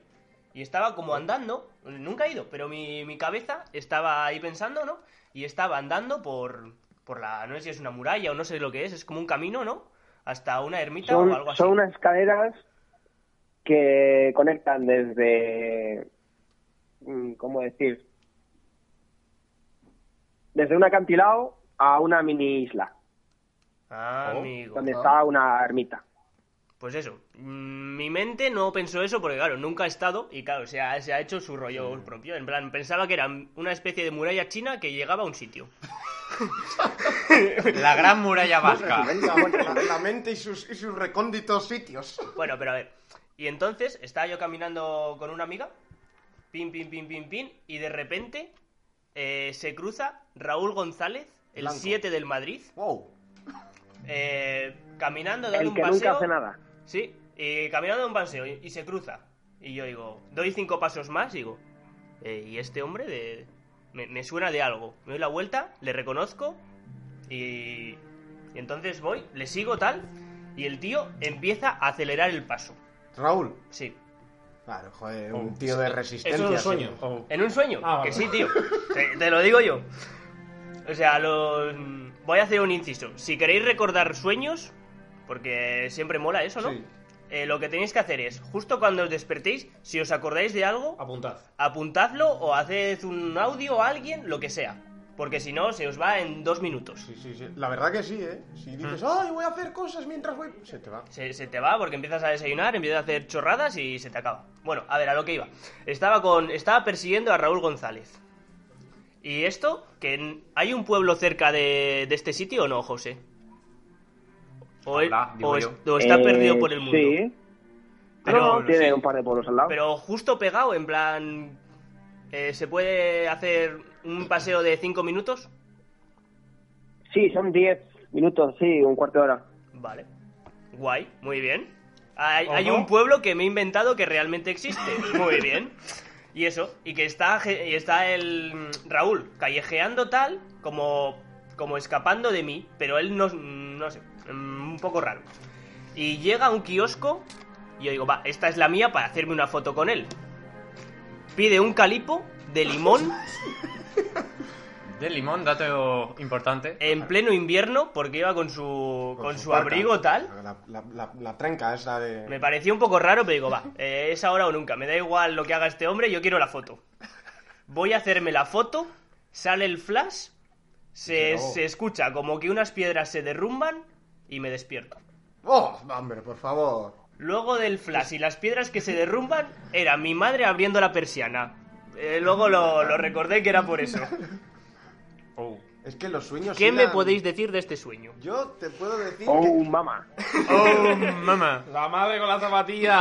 S3: Y estaba como andando, nunca he ido, pero mi, mi cabeza estaba ahí pensando, ¿no? Y estaba andando por, por la, no sé si es una muralla o no sé lo que es, es como un camino, ¿no? Hasta una ermita
S5: Son,
S3: o algo así.
S5: son unas escaleras que conectan desde. mm, ¿Cómo decir? Desde un acantilado a una mini isla,
S3: Ah, amigo.
S5: donde Oh, está una ermita.
S3: Pues eso, mm, mi mente no pensó eso porque, claro, nunca ha estado y, claro, se ha, se ha hecho su rollo propio. En plan, pensaba que era una especie de muralla china que llegaba a un sitio.
S7: [laughs] La gran muralla vasca.
S4: Venga, bueno, la, la mente y sus, y sus recónditos sitios.
S3: [laughs] Bueno, pero a ver. Y entonces estaba yo caminando con una amiga, pin, pin, pin, pin, pin, y de repente eh, se cruza Raúl González, el
S4: Blanco.
S3: 7 del Madrid,
S4: Wow.
S3: eh, caminando, dando
S5: El
S3: un
S5: que
S3: paseo.
S5: nunca hace nada.
S3: Sí, y caminando un paseo y, y se cruza. Y yo digo, doy cinco pasos más, digo, "Eh, ¿y este hombre de... Me, me suena de algo? Me doy la vuelta, le reconozco y... y entonces voy, le sigo tal y el tío empieza a acelerar el paso.
S4: Raúl.
S3: Sí.
S4: Claro, joder, un tío de resistencia.
S2: Eso es un
S4: siempre.
S2: sueño.
S3: En un sueño, Oh.
S2: Ah, vale.
S3: que sí, tío. Te, te lo digo yo. O sea, lo... voy a hacer un inciso. Si queréis recordar sueños, porque siempre mola eso, ¿no?
S4: Sí.
S3: Eh, lo que tenéis que hacer es, justo cuando os despertéis, si os acordáis de algo,
S2: Apuntad.
S3: apuntadlo o haced un audio a alguien, lo que sea. Porque si no, se os va en dos minutos.
S4: Sí, sí, sí. La verdad que sí, ¿eh? Si dices, ¡ay, voy a hacer cosas mientras voy! Se te va.
S3: Se, se te va porque empiezas a desayunar, empiezas a hacer chorradas y se te acaba. Bueno, a ver, a lo que iba. Estaba con. Estaba persiguiendo a Raúl González. Y esto, que en- hay un pueblo cerca de, de este sitio o no, José. O, es-
S7: Ojalá, digo
S3: o
S7: yo.
S3: es- o está
S5: Eh,
S3: perdido por el mundo. Ah,
S5: Sí.
S3: Pero-
S5: no, no, tiene
S7: sí.
S5: un par de pueblos al lado.
S3: Pero justo pegado, en plan. eh, ¿Se puede hacer un paseo de 5 minutos?
S5: Sí, son 10 minutos, sí, un cuarto de hora.
S3: Vale. Guay, muy bien. Hay, hay un pueblo que me he inventado que realmente existe. Muy bien. Y eso, y que está, ge- y está el mm, Raúl callejeando tal, como, como escapando de mí, pero él no, no sé, mm, un poco raro. Y llega a un kiosco y yo digo, va, esta es la mía para hacerme una foto con él. Pide un calipo de limón
S7: De limón, dato importante.
S3: en pleno invierno porque iba con su, con su
S4: parca.
S3: abrigo tal.
S4: La, la, la, la trenca es la de.
S3: Me pareció un poco raro, pero digo, va, eh, es ahora o nunca. Me da igual lo que haga este hombre, yo quiero la foto. Voy a hacerme la foto, sale el flash, se, se escucha como que unas piedras se derrumban y me despierto.
S4: ¡Oh! Hombre, por favor.
S3: Luego del flash y las piedras que se derrumban, era mi madre abriendo la persiana. Eh, luego lo, lo recordé que era por eso.
S7: Oh.
S4: Es que los sueños.
S3: ¿Qué me
S4: eran-
S3: podéis decir de este sueño?
S4: Yo te puedo decir.
S5: Oh,
S4: que-
S5: mamá.
S7: Oh, mamá.
S2: La madre con la [laughs] zapatilla.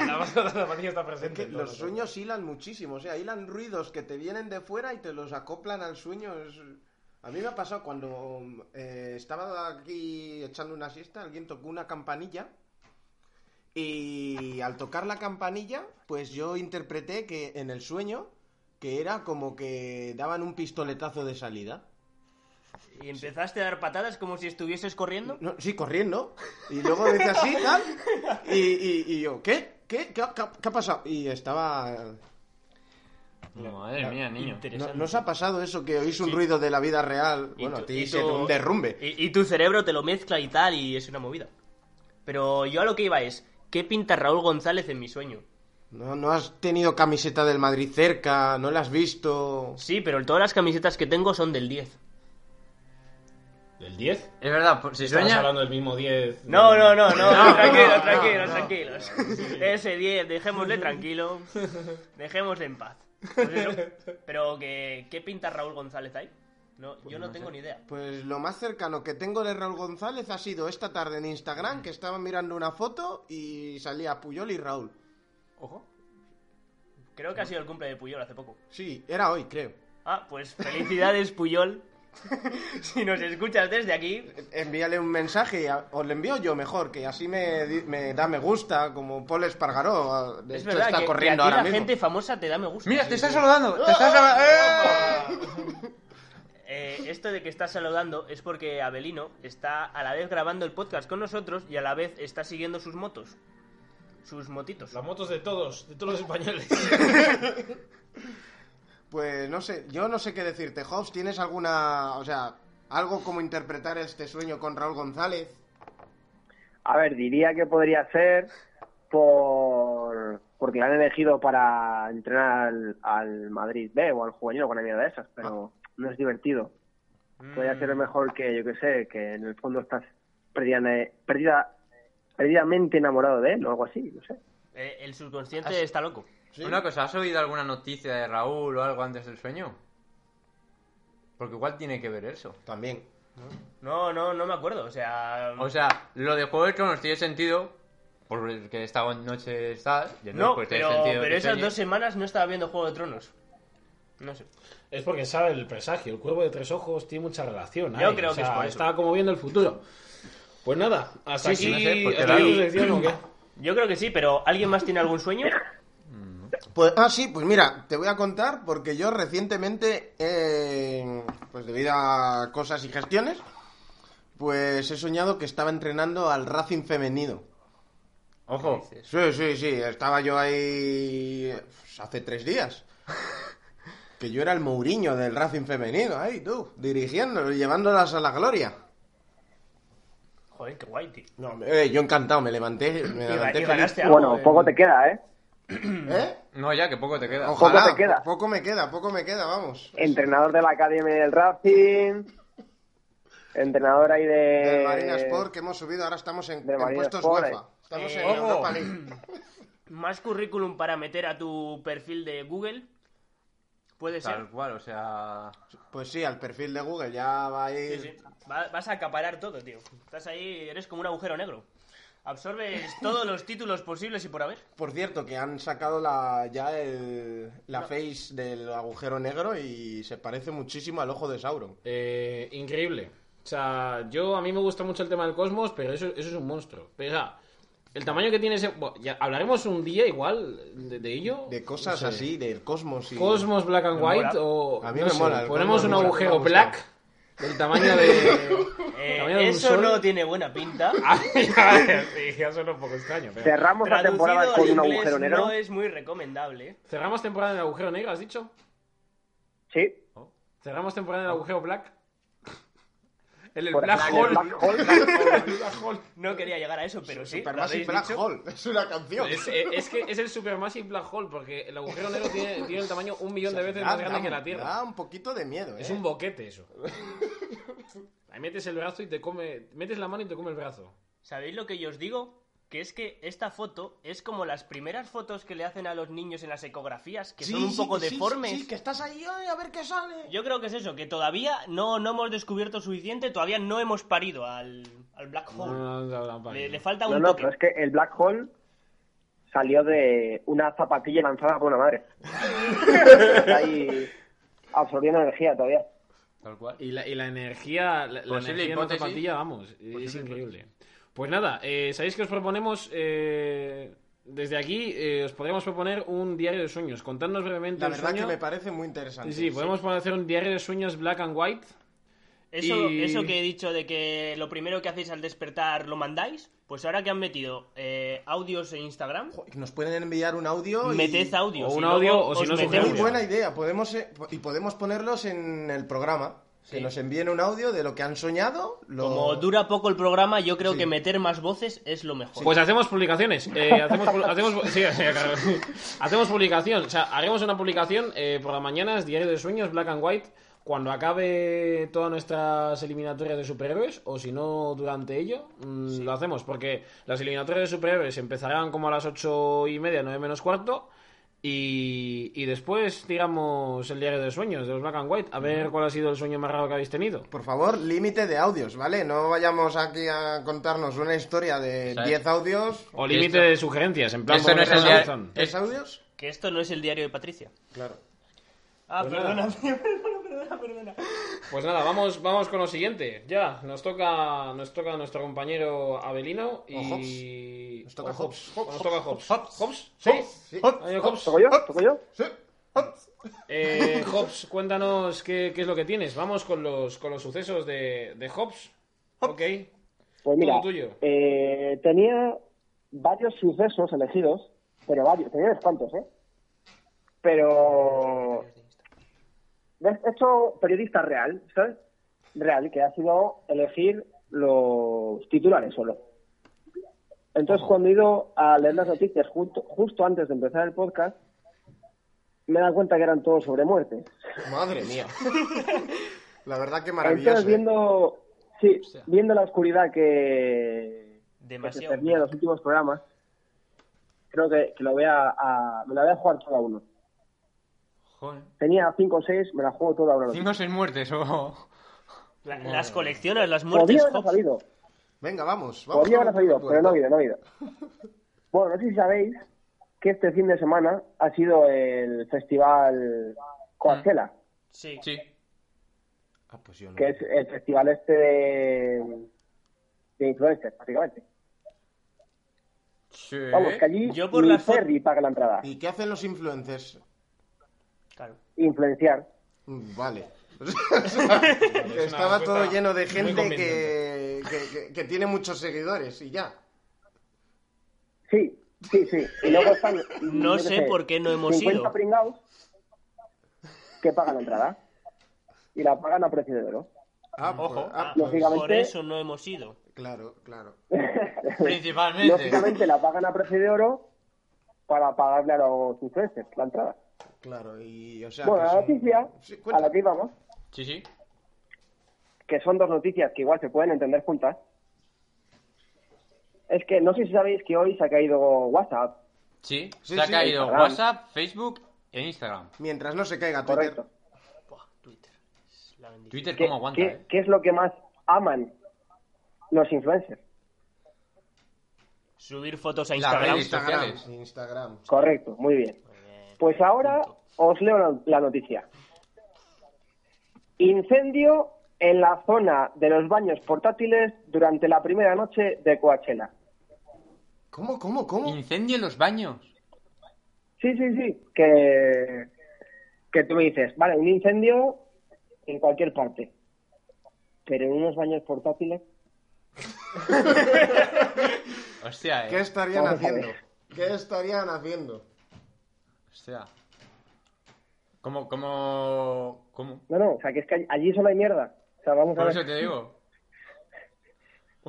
S2: La madre con la zapatilla está
S4: Es
S2: presente.
S4: que los sueños hilan muchísimo, o sea, hilan ruidos que te vienen de fuera y te los acoplan al sueño. es- A mí me ha pasado cuando eh, estaba aquí echando una siesta, alguien tocó una campanilla y al tocar la campanilla, pues yo interpreté que en el sueño que era como que daban un pistoletazo de salida.
S3: ¿Y empezaste a dar patadas como si estuvieses corriendo?
S4: No, sí, corriendo. Y luego dice así, tal. Y, y- y yo, ¿qué? ¿Qué, qué, ha- qué ha- qué ha pasado? Y estaba...
S7: Eh,
S6: Madre mía, niño.
S4: ¿No,
S3: Interesante.
S4: no os ha pasado eso que oís un ruido de la vida real?
S3: Y
S4: Bueno,
S3: tú-
S4: a ti
S3: y
S4: se
S3: tú-
S4: un derrumbe.
S3: Y, y tu cerebro te lo mezcla y tal, y es una movida. Pero yo a lo que iba es, ¿qué pinta Raúl González en mi sueño?
S4: No, no has tenido camiseta del Madrid cerca, no la has visto.
S3: Sí, pero todas las camisetas que tengo son del 10.
S2: ¿Del 10?
S6: Es verdad, por- si
S2: Estamos
S6: sueña.
S2: hablando del mismo 10.
S3: No, no, no,
S4: [laughs]
S3: no,
S6: No,
S3: tranquilos,
S6: no,
S3: tranquilos,
S6: no.
S3: tranquilos. Ese 10, dejémosle tranquilo, dejémosle en paz. Pues eso. Pero que, ¿qué pinta Raúl González ahí? No, yo no, tengo ni idea.
S4: Pues lo más cercano que tengo de Raúl González ha sido esta tarde en Instagram que estaba mirando una foto y salía Puyol y Raúl.
S3: Ojo. Creo que ha sido el cumple de Puyol hace poco.
S4: Sí, era hoy, creo.
S3: Ah, pues felicidades Puyol. [laughs] si nos escuchas desde aquí,
S4: Envíale un mensaje, y a- o le envío yo mejor, que así me, di- me da me gusta, como Paul Espargaró. a- De
S3: es
S4: hecho,
S3: verdad
S4: está
S3: que, que
S4: corriendo
S3: a ti
S4: ahora
S3: la
S4: mismo.
S3: gente famosa te da me gusta.
S6: Mira, te está saludando. Te
S4: ¡Oh!
S6: está saludando.
S3: Eh, esto de que estás saludando es porque Abelino está a la vez grabando el podcast con nosotros y a la vez está siguiendo sus motos. Sus motitos.
S2: Las motos de todos, de todos los [laughs] españoles.
S4: Pues no sé, yo no sé qué decirte. Hobbs, ¿tienes alguna. O sea, algo como interpretar este sueño con Raúl González?
S5: A ver, diría que podría ser por porque la han elegido para entrenar al, al Madrid B o al juvenil o alguna mierda de esas, pero
S3: Ah.
S5: no es divertido.
S3: Mm.
S5: Podría ser mejor que, yo qué sé, que en el fondo estás perdida, perdida, perdidamente enamorado de él o algo así, no sé.
S3: Eh, el subconsciente está loco.
S6: Una cosa, ¿has oído alguna noticia de Raúl o algo antes del sueño? Porque igual tiene que ver eso.
S4: También.
S3: No, no, no me acuerdo. O sea.
S6: O sea, lo de Juego de Tronos tiene sentido. Porque esta noche estás. y entonces,
S3: no,
S6: pues, tiene
S3: pero,
S6: sentido
S3: pero
S6: que
S3: esas
S6: sueñe.
S3: dos semanas no estaba viendo Juego de Tronos. No sé.
S2: Es porque sabe el presagio. El cuervo de tres ojos tiene mucha relación.
S3: Yo
S2: ahí.
S3: creo
S2: O
S3: que
S2: sea,
S3: es por eso.
S2: Está como viendo el futuro. Pues nada, hasta
S6: Sí, sí,
S2: aquí.
S6: no sé, porque
S2: hasta aquí
S6: claro.
S2: tu sección, ¿o qué?
S3: Yo creo que sí, pero ¿alguien más tiene algún sueño?
S4: Pues, ah, sí, pues mira, te voy a contar porque yo recientemente, eh, pues debido a cosas y gestiones, pues he soñado que estaba entrenando al Racing femenino.
S6: Ojo.
S4: Sí, sí, sí, estaba yo ahí pues, hace tres días. Que yo era el Mourinho del Racing femenino, ahí tú, dirigiéndolo y llevándolas a la gloria.
S3: Joder, qué guay, tío.
S4: No, me- eh, yo encantado, me levanté, me
S3: Y, ga-
S4: levanté
S3: y
S4: feliz.
S3: ganaste algo.
S5: Bueno, poco te queda, ¿eh?
S4: ¿Eh?
S6: No, ya, que poco te queda.
S4: Ojalá,
S5: te queda.
S4: poco me queda, poco me queda, vamos.
S5: Entrenador de la Academia del Racing, entrenador ahí de...
S4: Del Marina Sport que hemos subido, ahora estamos en,
S5: Eh, del
S4: en
S5: Marina
S4: puestos
S5: Sport,
S4: UEFA.
S5: eh.
S4: Estamos
S3: Eh,
S4: en
S3: ojo.
S4: Europa League.
S3: [clears throat] Más currículum para meter a tu perfil de Google. Puede ser.
S6: Tal cual, o sea.
S4: Pues sí, al perfil de Google ya va a
S3: Sí,
S4: ir.
S3: sí. Va- vas a acaparar todo, tío. Estás ahí, eres como un agujero negro.
S4: [laughs]
S3: Absorbes todos los títulos posibles y por haber.
S4: Por cierto, que han sacado la, ya el- la face del agujero negro y se parece muchísimo al ojo de Sauron.
S2: Eh, increíble. O sea, yo a mí me gusta mucho el tema del cosmos, pero eso, eso es un monstruo. Pero, o sea, el tamaño que tiene ese. bueno, ya hablaremos un día igual de, de ello.
S4: De cosas
S2: No sé.
S4: así, del cosmos y... [laughs]
S2: Cosmos Black and
S3: Me
S2: White
S3: mola.
S2: o.
S4: A mí
S2: no
S4: me
S2: sé,
S4: mola, el
S2: Ponemos
S4: cosmos
S2: un
S4: me mola, me
S2: agujero
S4: gusta.
S2: black del tamaño de.
S3: Eh,
S2: tamaño de un
S3: eso
S2: sol.
S3: no tiene buena
S5: [laughs]
S3: pinta.
S2: sí, ya suena un poco extraño. pero-
S5: Cerramos la
S3: Traducido
S5: temporada
S3: al
S5: con un
S3: inglés
S5: agujero negro.
S3: No es muy recomendable. ¿eh?
S2: Cerramos temporada en el agujero negro, ¿has dicho?
S5: Sí,
S2: Cerramos temporada en el agujero black. El, del
S5: por
S2: black
S5: en el
S2: hole.
S5: black hole.
S3: No quería llegar a eso, pero sí. lo
S4: Supermassive
S3: habéis
S4: Black
S3: dicho.
S4: Hole, es una canción.
S2: Es, eh, es que es el supermassive black hole porque el agujero negro tiene, tiene el tamaño un millón de veces más grande que la Tierra.
S4: da un poquito de miedo, ¿eh?
S2: Es un boquete eso. Ahí metes el brazo y te come. Metes la mano y te come el brazo.
S3: ¿Sabéis lo que yo os digo? Que es que esta foto es como las primeras fotos que le hacen a los niños en las ecografías, que son
S4: Sí,
S3: un
S4: sí,
S3: poco
S4: sí, sí,
S3: deformes.
S4: Sí, que estás ahí, ay, a ver qué sale.
S3: Yo creo que es eso, que todavía no, no hemos descubierto suficiente, todavía no hemos parido al, al Black Hole.
S2: No, no, no, no,
S3: Le, le
S2: no.
S3: falta
S5: No,
S3: un
S5: no,
S3: toque.
S5: pero es que el black hole salió de una zapatilla lanzada por
S3: [laughs]
S5: una madre. Está ahí absorbiendo energía todavía.
S6: Tal cual.
S2: Y la, y la energía, la, la
S6: Posible
S2: energía en la
S6: hipótesis.
S2: zapatilla, vamos, es increíble. Pues nada, eh, ¿sabéis que os proponemos? eh, desde aquí eh, os podríamos proponer un diario de sueños. Contadnos brevemente
S4: La
S2: un
S4: verdad
S2: sueño.
S4: que me parece muy interesante.
S2: Sí, sí, podemos hacer un diario de sueños black and white.
S3: Eso,
S2: Y-
S3: eso que he dicho de que lo primero que hacéis al despertar lo mandáis, pues ahora que han metido eh, audios en Instagram,
S4: Nos pueden enviar un audio. y-
S3: meted audios.
S2: o
S3: y
S2: un
S3: luego
S2: audio, o si
S3: os
S2: no,
S3: metéis-
S2: sugerencias.
S4: Muy buena idea. Podemos, eh, po- y podemos ponerlos en el programa. Que nos envíen un audio de lo que han soñado. Lo...
S3: Como dura poco el programa, yo creo
S4: Sí.
S3: que meter más voces es lo mejor.
S2: Pues hacemos publicaciones.
S7: [laughs]
S2: eh, hacemos, pu- hacemos, pu- sí, [laughs] sí, claro. Hacemos publicación. O sea, haremos una publicación eh, por las mañanas, Diario de Sueños, Black and White, cuando acabe todas nuestras eliminatorias de superhéroes, o si no, durante ello, mm, lo hacemos. Porque las eliminatorias de superhéroes empezarán como a las ocho y media, nueve menos cuarto. Y, y después tiramos el diario de sueños de los Black and White a ver cuál ha sido el sueño más raro que habéis tenido.
S4: Por favor, límite de audios, ¿vale? No vayamos aquí a contarnos una historia de
S7: ¿Sabes?
S4: 10 audios.
S2: O límite
S7: Esto-
S2: de sugerencias, en plan,
S7: esto
S2: por
S7: no es
S2: meter
S7: el diario-
S2: razón.
S4: ¿Tres audios?
S3: Que esto no es el diario de Patricia.
S4: Claro.
S3: Ah,
S2: Pues
S3: perdona,
S2: nada.
S3: perdona, perdona, perdona.
S2: Pues nada, vamos, vamos con lo siguiente. Ya, nos toca, nos toca nuestro compañero Abelino y.
S4: Nos toca
S2: o Oh, Hobbs.
S4: Hobbs. Hobbs.
S2: Nos toca Hobbs.
S4: Hobbs.
S2: Hobbs. Sí.
S4: Sí.
S2: Ah, yo, Hobbs.
S5: ¿Toco yo? ¿Toco yo?
S4: Sí.
S2: Eh, Hobbs, cuéntanos qué, qué es lo que tienes. Vamos con los, con los sucesos de, de Hobbs. Ok.
S5: Pues mira,
S2: Todo tuyo.
S5: eh, tenía varios sucesos elegidos, pero varios, tenía unos cuantos, ¿eh? Pero... ¿Ves? Esto periodista real, ¿sabes? Real, que ha sido elegir los titulares solo. Entonces, cuando he ido a leer las noticias junto- justo antes de empezar el podcast, me he dado cuenta que eran todos sobre muerte.
S4: Madre
S2: [laughs]
S4: mía. La verdad que
S5: Entonces,
S4: maravilloso. ¿eh?
S5: viendo, sí, viendo la oscuridad que, que se
S3: Demasiado.
S5: tenía en los últimos programas, creo que, que lo voy a, a- me la voy a jugar toda a uno.
S6: Joder.
S5: Tenía 5 o 6, me la juego toda a uno.
S6: Cinco o seis muertes o...
S3: La- las coleccionas, las muertes.
S5: Podría haber
S3: Hobbs.
S5: salido,
S4: Venga, vamos. vamos
S5: podría haber
S4: con
S5: salido,
S4: el
S5: pero no ha habido, no ha habido. Bueno, no sé si sabéis que este fin de semana ha sido el festival Coachella,
S3: Sí.
S6: Sí.
S4: Ah, pues yo no.
S5: que es el festival este de, de influencers, básicamente.
S6: Sí.
S5: Vamos, que allí
S3: Yo por
S5: ni
S3: la fo-
S5: Ferry paga la entrada.
S4: ¿Y qué hacen los influencers?
S3: Claro.
S5: Influenciar.
S4: Mm, Vale. O sea, que Estaba
S2: respuesta
S4: todo lleno de
S2: muy
S4: gente que,
S2: convincente.
S4: que, que- que tiene muchos seguidores y ya.
S5: Sí, sí, sí. Y luego están.
S3: No
S5: yo qué
S3: sé por qué no hemos
S5: 50
S3: ido.
S5: pringaos que pagan la entrada. Y la pagan a precio de oro.
S4: Ah, pues-
S3: Ojo,
S4: ah,
S3: ah,
S5: pues- lógicamente-
S3: por eso no hemos ido.
S4: Claro, claro.
S6: Principalmente.
S5: Lógicamente la pagan a precio de oro para pagarle a los influencers la entrada.
S4: Claro, y o sea.
S5: bueno,
S4: que
S5: la
S4: son-
S5: noticia
S4: Sí,
S5: a
S4: cuenta.
S5: la que íbamos,
S6: Sí, sí.
S5: que son dos noticias que igual se pueden entender juntas, es que no sé si sabéis que hoy se ha caído WhatsApp.
S6: Sí.
S4: Sí,
S6: Se ha
S4: sí,
S6: caído
S5: Instagram.
S6: WhatsApp, Facebook e Instagram.
S4: Mientras no se caiga Twitter.
S5: Correcto.
S3: Buah, Twitter. Es la bendición.
S6: Twitter,
S5: ¿Qué-
S6: ¿cómo aguanta,
S5: qué-
S6: eh?
S5: ¿Qué es lo que más aman los influencers?
S3: Subir fotos a
S6: La
S3: Instagram.
S6: redes
S4: Instagram.
S6: sociales.
S4: Instagram.
S5: Correcto, muy bien. Pues ahora os leo la, la noticia. Incendio en la zona de los baños portátiles durante la primera noche de Coachella.
S4: ¿Cómo, cómo, cómo?
S6: Incendio en los baños.
S5: Sí, sí, sí, que, que tú me dices, vale, un incendio en cualquier parte, pero en unos baños portátiles.
S6: Hostia, eh.
S4: ¿Qué estarían
S5: Vamos a
S4: haciendo?
S5: ver.
S4: ¿Qué estarían haciendo?
S6: Hostia. ¿Cómo, cómo, cómo?
S5: No, no, o sea, que es que allí solo hay mierda. O sea, vamos a
S6: Por
S5: ver.
S6: eso te digo.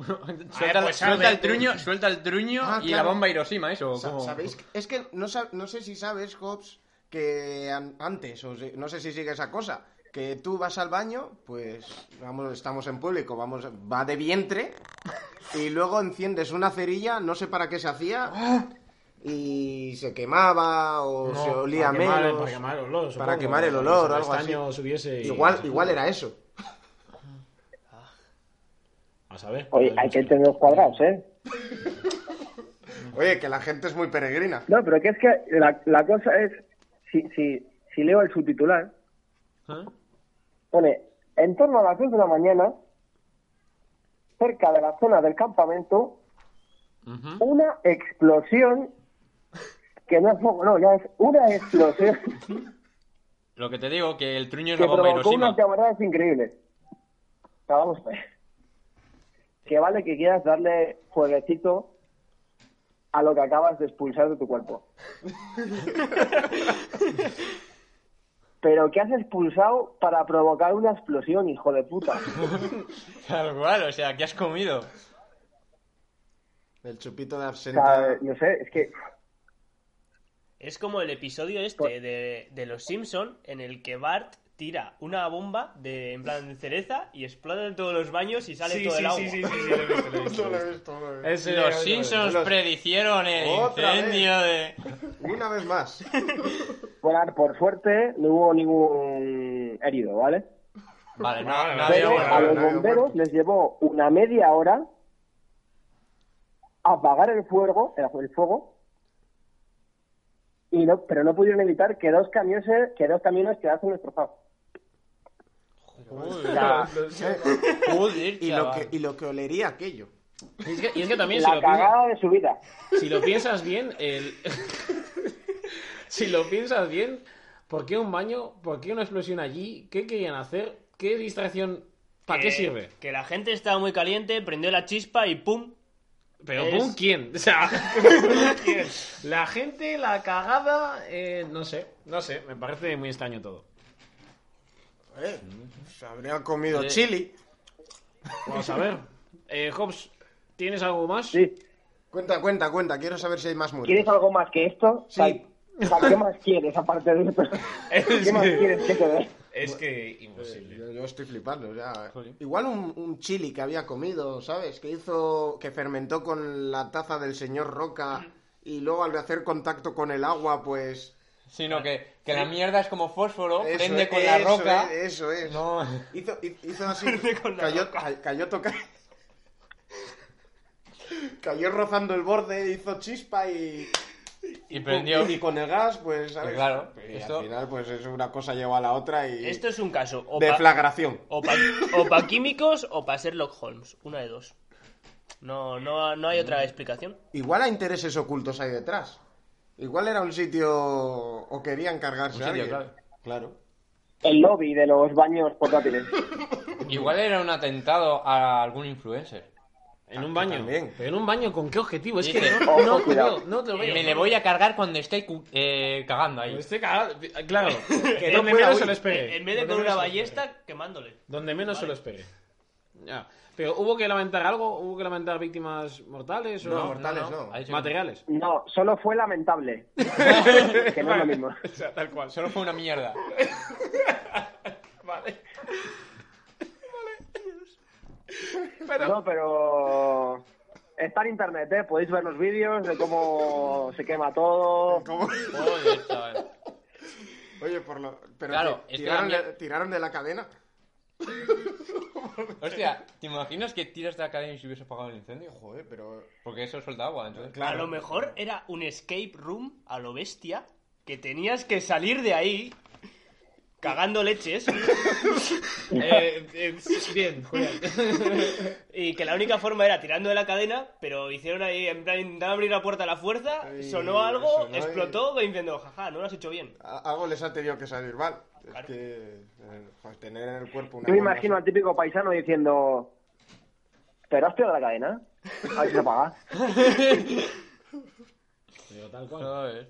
S6: [laughs] suelta,
S2: pues
S6: suelta
S2: sabe,
S6: el
S2: tú.
S6: truño, suelta el truño
S4: Ah,
S6: y
S4: claro.
S6: la bomba Hiroshima, eso.
S4: Sa-
S6: ¿cómo?
S4: ¿Sabéis? que- Es que no, sab- no sé si sabes, Hobbs, que an- antes, o si- no sé si sigue esa cosa, que tú vas al baño, pues vamos, estamos en público, vamos, va de vientre, y luego enciendes una cerilla, no sé para qué se hacía, y se quemaba o se olía
S2: para
S4: menos.
S2: quemar- para quemar el olor,
S4: para
S2: supongo,
S4: quemar el
S2: si
S4: olor o algo
S2: estaño
S4: así.
S2: subiese y-
S4: Igual, igual era eso.
S2: A saber.
S5: Oye, hay que tener los cuadrados, ¿eh?
S4: Oye, que la gente es muy peregrina.
S5: No, pero que es que la, la cosa es, si, si, si leo el subtitular, pone, en torno a las 2 de la mañana, cerca de la zona del campamento,
S6: Ujú.
S5: una explosión, que no es poco, no, ya es una explosión
S6: Lo que te digo, que el truño es
S5: que
S6: la bomba
S5: provocó
S6: Hiroshima.
S5: unas llamaradas increíbles. sea, vamos a ver. Que vale que quieras darle jueguecito a lo que acabas de expulsar de tu cuerpo. Pero que has expulsado para provocar una explosión, hijo de puta.
S6: Tal cual, o sea, ¿qué has comido?
S4: El chupito de
S5: O
S4: absenta.
S5: sea, no sé, es que
S3: Es como el episodio este de, de Los Simpson en el que Bart tira una bomba de en plan de cereza y explota en todos los baños y sale todo el agua.
S2: [laughs]
S7: lo he visto, lo he visto.
S4: Esto lo he visto, güey.
S2: Ese-
S6: Los Simpsons
S4: Los-
S6: predicieron el
S4: Otra
S6: incendio de...
S4: Una vez más.
S5: Bueno, por suerte no hubo ningún herido, ¿vale?
S6: Vale, no, no
S2: Pero-
S5: Pero
S6: había muerto.
S5: a los
S4: no había
S5: bomberos
S4: muerto.
S5: les llevó una media hora a apagar el fuego, el el fuego, y no, pero no pudieron evitar que dos camiones, que dos camiones quedasen destrozados. O sea,
S3: [laughs]
S6: Joder,
S4: ¿eh? Y lo,
S6: chaval.
S4: que, y lo que olería aquello.
S2: Y es que, y es que también si
S5: la
S2: lo, piensas,
S5: cagada de su vida.
S2: si lo piensas bien, el... [laughs] si lo piensas bien, ¿por qué un baño? ¿Por qué una explosión allí? ¿Qué querían hacer? ¿Qué distracción? ¿Para qué
S3: Que-
S2: sirve?
S3: Que la gente estaba muy caliente, prendió la chispa y ¡pum!
S2: Pero
S3: Es-
S2: ¿con quién? O sea, [laughs] la gente, la cagada, eh, no sé, no sé, me parece muy extraño todo.
S4: Eh,
S2: Mm.
S4: se habrían comido
S6: Eh.
S4: chili.
S2: Vamos a ver. Eh, Hobbs, ¿tienes algo más?
S5: Sí.
S4: Cuenta, cuenta, cuenta. Quiero saber si hay más muertos.
S5: ¿Quieres algo más que esto? O sea,
S4: Sí.
S5: o sea, ¿Qué más quieres aparte de esto? ¿Qué más quieres que te dé?
S2: Es que
S4: Eh, Yo, yo estoy flipando, o sea,
S2: Jolín.
S4: igual un, un chili que había comido, ¿sabes? Que hizo, que fermentó con la taza del señor Roca y luego al hacer contacto con el agua, pues...
S6: Sino que, que la mierda es como fósforo,
S4: eso
S6: prende
S4: es-
S6: con la
S4: eso
S6: roca.
S4: es, eso es.
S6: No,
S4: Hizo, hizo- hizo así,
S3: Prende con la
S4: cayó, ca- cayó toca- [laughs] Cayó rozando el borde, hizo chispa y...
S6: y prendió.
S4: Y con el gas, pues, ¿sabes?
S6: claro,
S4: y
S6: esto-
S4: al final, pues, es una cosa lleva a la otra y...
S3: Esto es un caso. O pa-
S4: Deflagración.
S3: o pa, o pa químicos o para Sherlock Holmes. Una de dos. No, no, no hay
S6: Mm.
S3: otra explicación.
S4: Igual hay intereses ocultos ahí detrás. Igual era un sitio o querían cargarse
S6: Un
S4: a
S6: sitio
S4: alguien.
S6: clave.
S4: Claro.
S5: El lobby de los baños portátiles.
S6: Igual era un atentado a algún influencer.
S2: En un baño.
S4: También.
S2: Ah, Pero en un baño, ¿con qué objetivo? Es
S6: Dice-
S2: que no, no,
S5: Ojo, cuidado.
S2: no, no te lo veo.
S6: Me le voy a cargar cuando esté cu- eh, cagando ahí.
S4: Pues,
S2: Este cagado-
S5: [laughs]
S2: Claro, que
S3: Eh,
S2: donde
S3: eh,
S2: menos
S3: uy,
S2: se lo espere.
S3: eh, En vez de
S2: Donde
S3: con una
S2: menos se lo espere.
S3: ballesta, quemándole.
S2: Donde menos se
S3: Vale.
S2: lo espere. Ya. Pero ¿hubo que lamentar algo? ¿Hubo que lamentar víctimas mortales? o
S4: No, mortales no.
S6: Ahí se-
S2: ¿Materiales?
S5: No, solo fue lamentable. que no es lo mismo.
S2: [laughs] O sea, tal
S6: [laughs]
S2: cual.
S6: Solo fue una mierda.
S2: Vale.
S5: No, pero está en internet, ¿eh? Podéis ver los vídeos de cómo se quema todo.
S6: Joder, chaval.
S4: [laughs] Oye, por lo. Pero
S6: Claro,
S4: ti-
S6: es que
S4: tiraron,
S6: la
S4: de, tiraron de la cadena.
S6: Hostia, ¿te imaginas que tiras de la cadena y se hubiese apagado el incendio?
S4: Joder, pero.
S6: Porque eso suelta agua, entonces.
S3: A lo mejor era un escape room a lo bestia que tenías que salir de ahí cagando leches
S2: Eh, eh, bien, Julián.
S3: y que la única forma era tirando de la cadena, pero hicieron ahí, en plan, intentaron abrir la puerta a la fuerza,
S4: Ay,
S3: sonó algo,
S4: sonó y-
S3: explotó, diciendo, jaja, no lo has hecho bien.
S4: a- Algo les ha tenido que salir mal. Es
S3: Claro.
S4: que. eh, joder, tener en el cuerpo una.
S5: Yo me
S4: bomba
S5: imagino al típico paisano diciendo... ¿Pero has tirado la cadena? A ver si se apaga.
S2: Pero tal cual.
S6: Joder.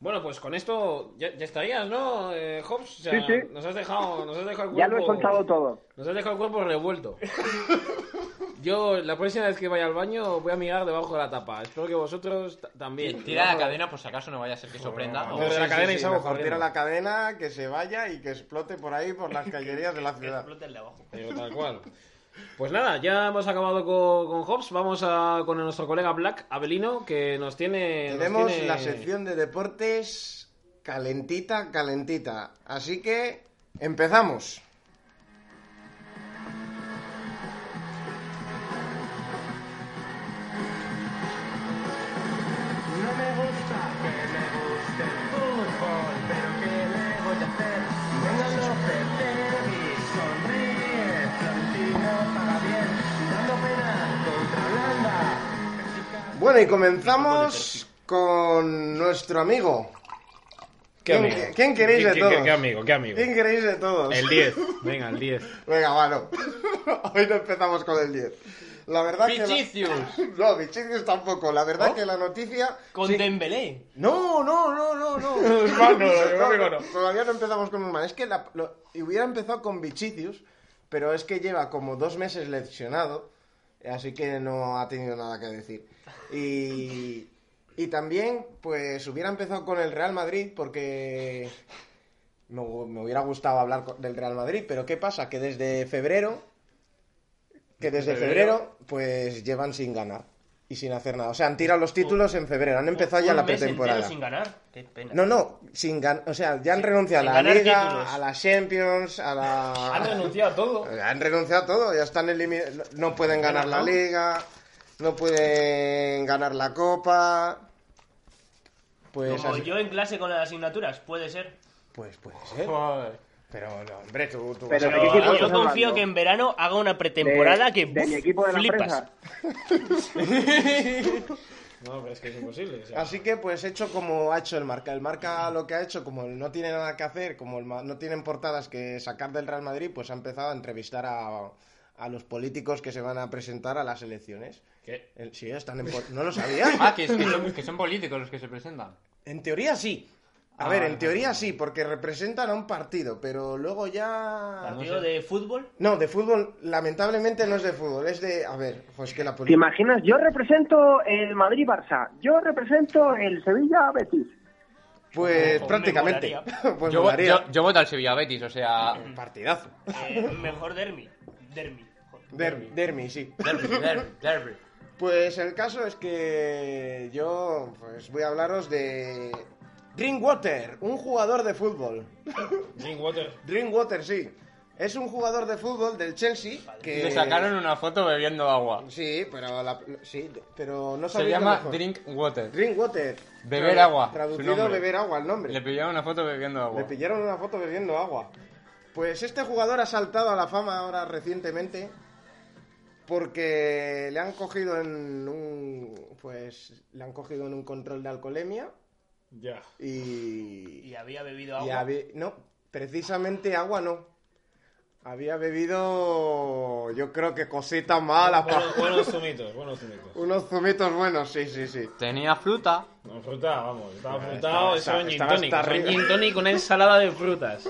S2: Bueno, pues con esto ya, ya estarías, ¿no, eh, Hobbs? O sea,
S5: Sí, sí.
S2: Nos has dejado, nos has dejado el cuerpo...
S5: Ya lo he soltado todo.
S2: Nos has dejado el cuerpo [laughs] revuelto. Yo, la próxima vez que vaya al baño, voy a mirar debajo de la tapa. Espero que vosotros ta- también.
S6: Tira la cadena por si acaso no vaya a ser que sorprenda.
S4: así.
S6: o-
S2: Joder. de la cadena y se va
S4: mejor
S2: corriendo.
S4: tira la cadena, que se vaya y que explote por ahí, por las callerías de la
S3: Que
S4: ciudad.
S3: explota el de abajo.
S2: Pero tal cual. Pues nada, ya hemos acabado con, con Hobbs. Vamos a, con nuestro colega Black, Abelino, que nos tiene... nos
S4: Tenemos
S2: tiene-
S4: la sección de deportes calentita, calentita. Así que. Empezamos.
S8: No me gusta que me guste el fútbol, pero ¿qué le voy a hacer? Venga Lopetegui, sonríe, Florentino paga bien, dando pena contra Holanda.
S4: Bueno, y comenzamos con nuestro amigo
S2: ¿Qué
S4: ¿Quién-
S2: amigo?
S4: quién queréis de
S2: ¿Qué- qué-
S4: todos?
S2: ¿Qué, qué amigo? ¿Qué amigo?
S4: ¿Quién queréis de todos?
S2: El 10. Venga,
S4: [laughs]
S2: el 10.
S4: Venga, bueno. Hoy no empezamos con el 10. La verdad que.
S6: Pichicius.
S4: La... [laughs] No, Pichicius tampoco. La verdad que la noticia.
S3: Con Dembélé.
S4: No, no, no, no, Pues no.
S2: Urmano, yo digo no.
S4: Todavía no empezamos con Urman. Es que la- lo- y hubiera empezado con Bichicius, pero es que lleva como dos meses lesionado, eh, así que no ha tenido nada que decir. Y, y también, pues hubiera empezado con el Real Madrid, porque me, hu- me hubiera gustado hablar co- del Real Madrid, pero ¿qué pasa? Que desde febrero, que desde febrero, pues llevan sin ganar. Y sin hacer nada. O sea, han tirado los títulos en febrero. Han empezado ya
S3: Un
S4: la
S3: mes entero
S4: pretemporada.
S3: sin ganar. Qué pena.
S4: No, no, sin gan- o sea, ya han
S3: Sin-
S4: renunciado
S3: sin
S4: a la
S3: ganar
S4: Liga,
S3: títulos.
S4: a la Champions, a la...
S3: Han renunciado a todo.
S4: [laughs] Han renunciado a todo, ya están eliminados, no pueden ganar la Liga, no pueden ganar la Copa... Pues,
S3: Como
S4: así-
S3: yo en clase con las asignaturas, puede ser.
S4: pues puede ser,
S6: Joder.
S4: pero no, hombre, tú... tú vas
S5: Pero ¿de qué
S4: a-
S5: equipo
S3: Pero yo
S5: estás
S3: confío
S5: hablando?
S3: que en verano haga una pretemporada
S5: De-
S3: que
S5: de mi
S3: buf,
S5: equipo de la
S3: flipas.
S5: empresa.
S2: No, pero es que es imposible. o sea.
S4: Así que pues he hecho como ha hecho el marca. El marca lo que ha hecho, como no tiene nada que hacer, como el ma- no tienen portadas que sacar del Real Madrid, pues ha empezado a entrevistar a, a los políticos que se van a presentar a las elecciones.
S2: ¿Qué?
S4: El- sí, están en por- ¿No lo sabías?
S6: [laughs] Ah, que, es que son, que son políticos los que se presentan.
S4: En teoría sí. A
S6: Ah,
S4: ver,
S6: vale,
S4: en teoría
S6: vale.
S4: sí, porque representan a un partido, pero luego ya...
S6: Ah,
S3: Partido de fútbol.
S4: No, de fútbol, lamentablemente no es de fútbol, es de... A ver, pues que la
S5: ¿Te
S4: política...
S5: imaginas? Yo represento el Madrid-Barça, yo represento el Sevilla-Betis.
S4: Pues
S3: Me
S4: prácticamente.
S3: molaría.
S4: [laughs] Pues
S6: Oh, yo, vo-
S4: molaría.
S6: yo, yo voto al Sevilla Betis, o sea.
S4: Partidazo.
S3: Eh, mejor dermi. Dermi. joder.
S4: Derby, derby, sí.
S6: derbi, derbi, derbi.
S4: Pues el caso es que yo pues voy a hablaros de Drinkwater, un jugador de fútbol.
S2: Drinkwater.
S4: Drinkwater, sí. Es un jugador de fútbol del Chelsea que
S6: Le sacaron una foto bebiendo agua.
S4: Sí, pero la- sí, pero no
S6: Se
S4: sabéis lo
S6: llama
S4: mejor.
S6: Drink Water.
S4: Drinkwater.
S6: Beber
S4: Tra-
S6: agua, su
S4: Traducido
S6: nombre.
S4: beber agua el nombre.
S6: Le pillaron una foto bebiendo agua.
S4: Le pillaron una foto bebiendo agua. Pues este jugador ha saltado a la fama ahora recientemente porque le han cogido en un pues le han cogido en un control de alcoholemia
S2: Ya.
S4: y,
S3: Y había bebido
S4: y
S3: agua.
S4: habe- no, precisamente agua no. Había bebido yo creo que cositas malas, pa-
S2: Buenos, buenos zumitos, buenos zumitos.
S4: unos zumitos buenos, sí, sí, sí.
S6: Tenía fruta.
S2: No, fruta, vamos. Estaba
S4: estaba-
S2: frutado, eso es un gin
S4: estaba
S2: tonic.
S4: hasta
S2: eso es un
S4: arriba.
S2: gin tonic, una ensalada de frutas.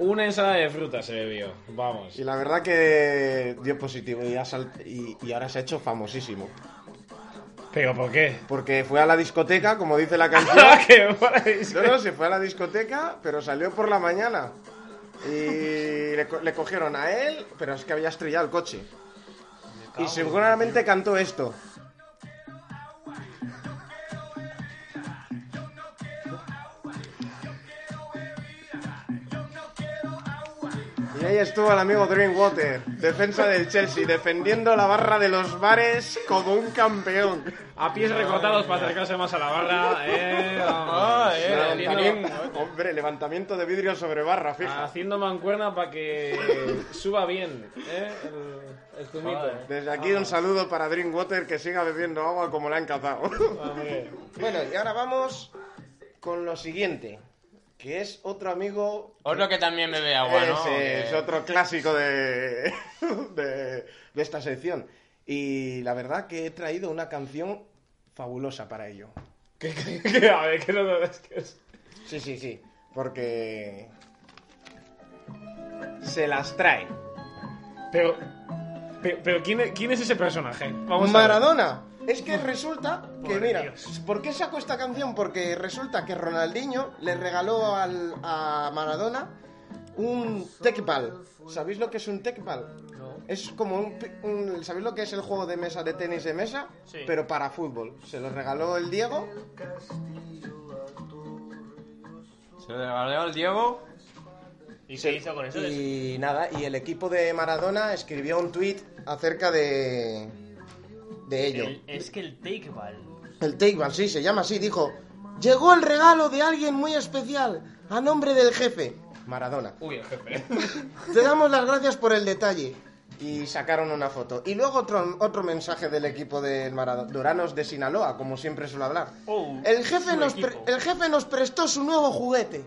S2: Una ensalada de frutas se bebió. Vamos.
S4: Y la verdad que dio positivo y, ha sal- y- y ahora se ha hecho famosísimo.
S2: ¿Pero por qué?
S4: Porque fue a la discoteca, como dice la
S2: [laughs]
S4: canción.
S2: ¡Qué
S4: No,
S2: maravilla!
S4: no, se fue a la discoteca, pero salió por la mañana. Y le, co- le cogieron a él, pero es que había estrellado el coche. Y seguramente cantó esto. Y ahí estuvo el amigo Dreamwater, defensa del Chelsea, defendiendo la barra de los bares como un campeón.
S2: A pies recortados para acercarse más a la barra. Eh, vamos.
S4: Levantamiento-
S2: Haciendo-
S4: hombre, levantamiento de vidrio sobre barra, fija.
S2: Haciendo mancuerna para que zuba bien, ¿eh? El, el zumito.
S4: Desde aquí un saludo para Drinkwater que siga bebiendo agua como la han cazado.
S2: Hombre.
S4: [laughs] bueno, y ahora vamos con lo siguiente, que es otro amigo...
S6: Otro que también bebe agua, ¿no?
S4: Ese Ah, es eh,
S6: Que-
S4: otro clásico de, [laughs] de, de esta sección. Y la verdad que he traído una canción fabulosa para ello.
S2: Que- que- que- [laughs] a ver, que no lo es que es.
S4: Sí, sí, sí, porque... Se las trae.
S2: Pero, pero, pero ¿quién, es- ¿quién es ese personaje? Vamos a ver.
S4: Maradona. Es que resulta que,
S3: Por
S4: mira,
S3: Dios.
S4: ¿por qué saco esta canción? Porque resulta que Ronaldinho le regaló al, a Maradona un tecball. ¿Sabéis lo que es un tecball? Es como un, pi- un- ¿Sabéis lo que es el juego de mesa de tenis de mesa?
S3: Sí.
S4: Pero para fútbol. Se lo regaló el Diego.
S6: Se lo regaló al Diego.
S3: ¿Y se hizo con eso?
S4: Y nada, y el equipo de Maradona escribió un tweet acerca de. de ello.
S3: El- es que el take ball.
S4: El Teibal, sí, se llama así, dijo. Llegó el regalo de alguien muy especial, a nombre del jefe, Maradona. [laughs]
S2: Uy, el jefe.
S4: Te damos las gracias por el detalle. y sacaron una foto. Y luego otro, otro mensaje del equipo de Maradoranos de Sinaloa, como siempre suelo hablar.
S3: Oh,
S4: el, jefe
S3: su
S4: nos
S3: equipo.
S4: pre- el jefe nos prestó su nuevo juguete.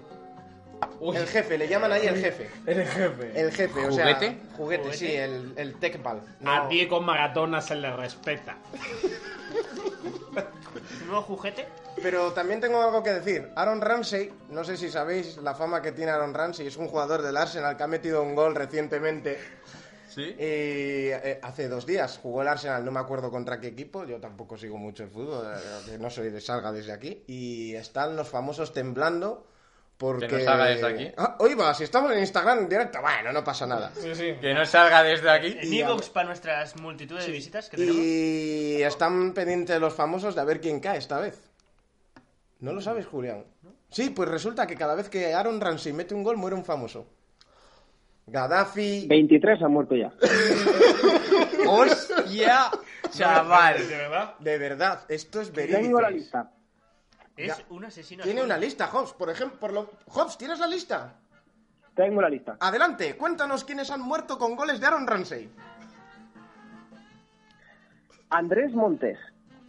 S4: El jefe, le llaman ahí el jefe.
S2: El jefe.
S4: El jefe, o sea.
S6: ¿Juguete?
S4: Juguete, sí, el, el Tech Ball.
S2: A
S4: No.
S2: Diego Maradona se le
S3: [laughs]
S2: respeta.
S3: ¿Nuevo juguete?
S4: Pero también tengo algo que decir. Aaron Ramsey, no sé si sabéis la fama que tiene Aaron Ramsey, es un jugador del Arsenal que ha metido un gol recientemente.
S6: ¿Sí?
S4: Y eh, hace dos días jugó el Arsenal, no me acuerdo contra qué equipo, yo tampoco sigo mucho el fútbol, eh, que no soy de salga desde aquí. Y están los famosos temblando porque...
S6: Que no salga desde aquí.
S4: Ah, hoy va, si estamos en Instagram en directo, bueno, no pasa nada.
S2: Sí, sí.
S6: Que no salga desde aquí.
S3: En Evox para nuestras multitudes de visitas que tenemos.
S4: Y están pendientes los famosos de a ver quién cae esta vez. ¿No lo sabes, Julián? Sí, pues resulta que cada vez que Aaron Ramsey mete un gol muere un famoso. Gaddafi...
S5: 23 han muerto ya.
S6: ¡Hostia!
S2: ¿De
S6: Chaval.
S2: verdad?
S4: De verdad, esto es verídico.
S5: Tengo la lista.
S3: Es
S4: ya.
S3: un asesino.
S4: Tiene una
S3: actual.
S4: lista, Hobbs, por ejemplo. Por lo... Hobbs, ¿tienes la lista?
S5: Tengo la lista.
S4: Adelante, cuéntanos quiénes han muerto con goles de Aaron Ramsey.
S5: Andrés Montes.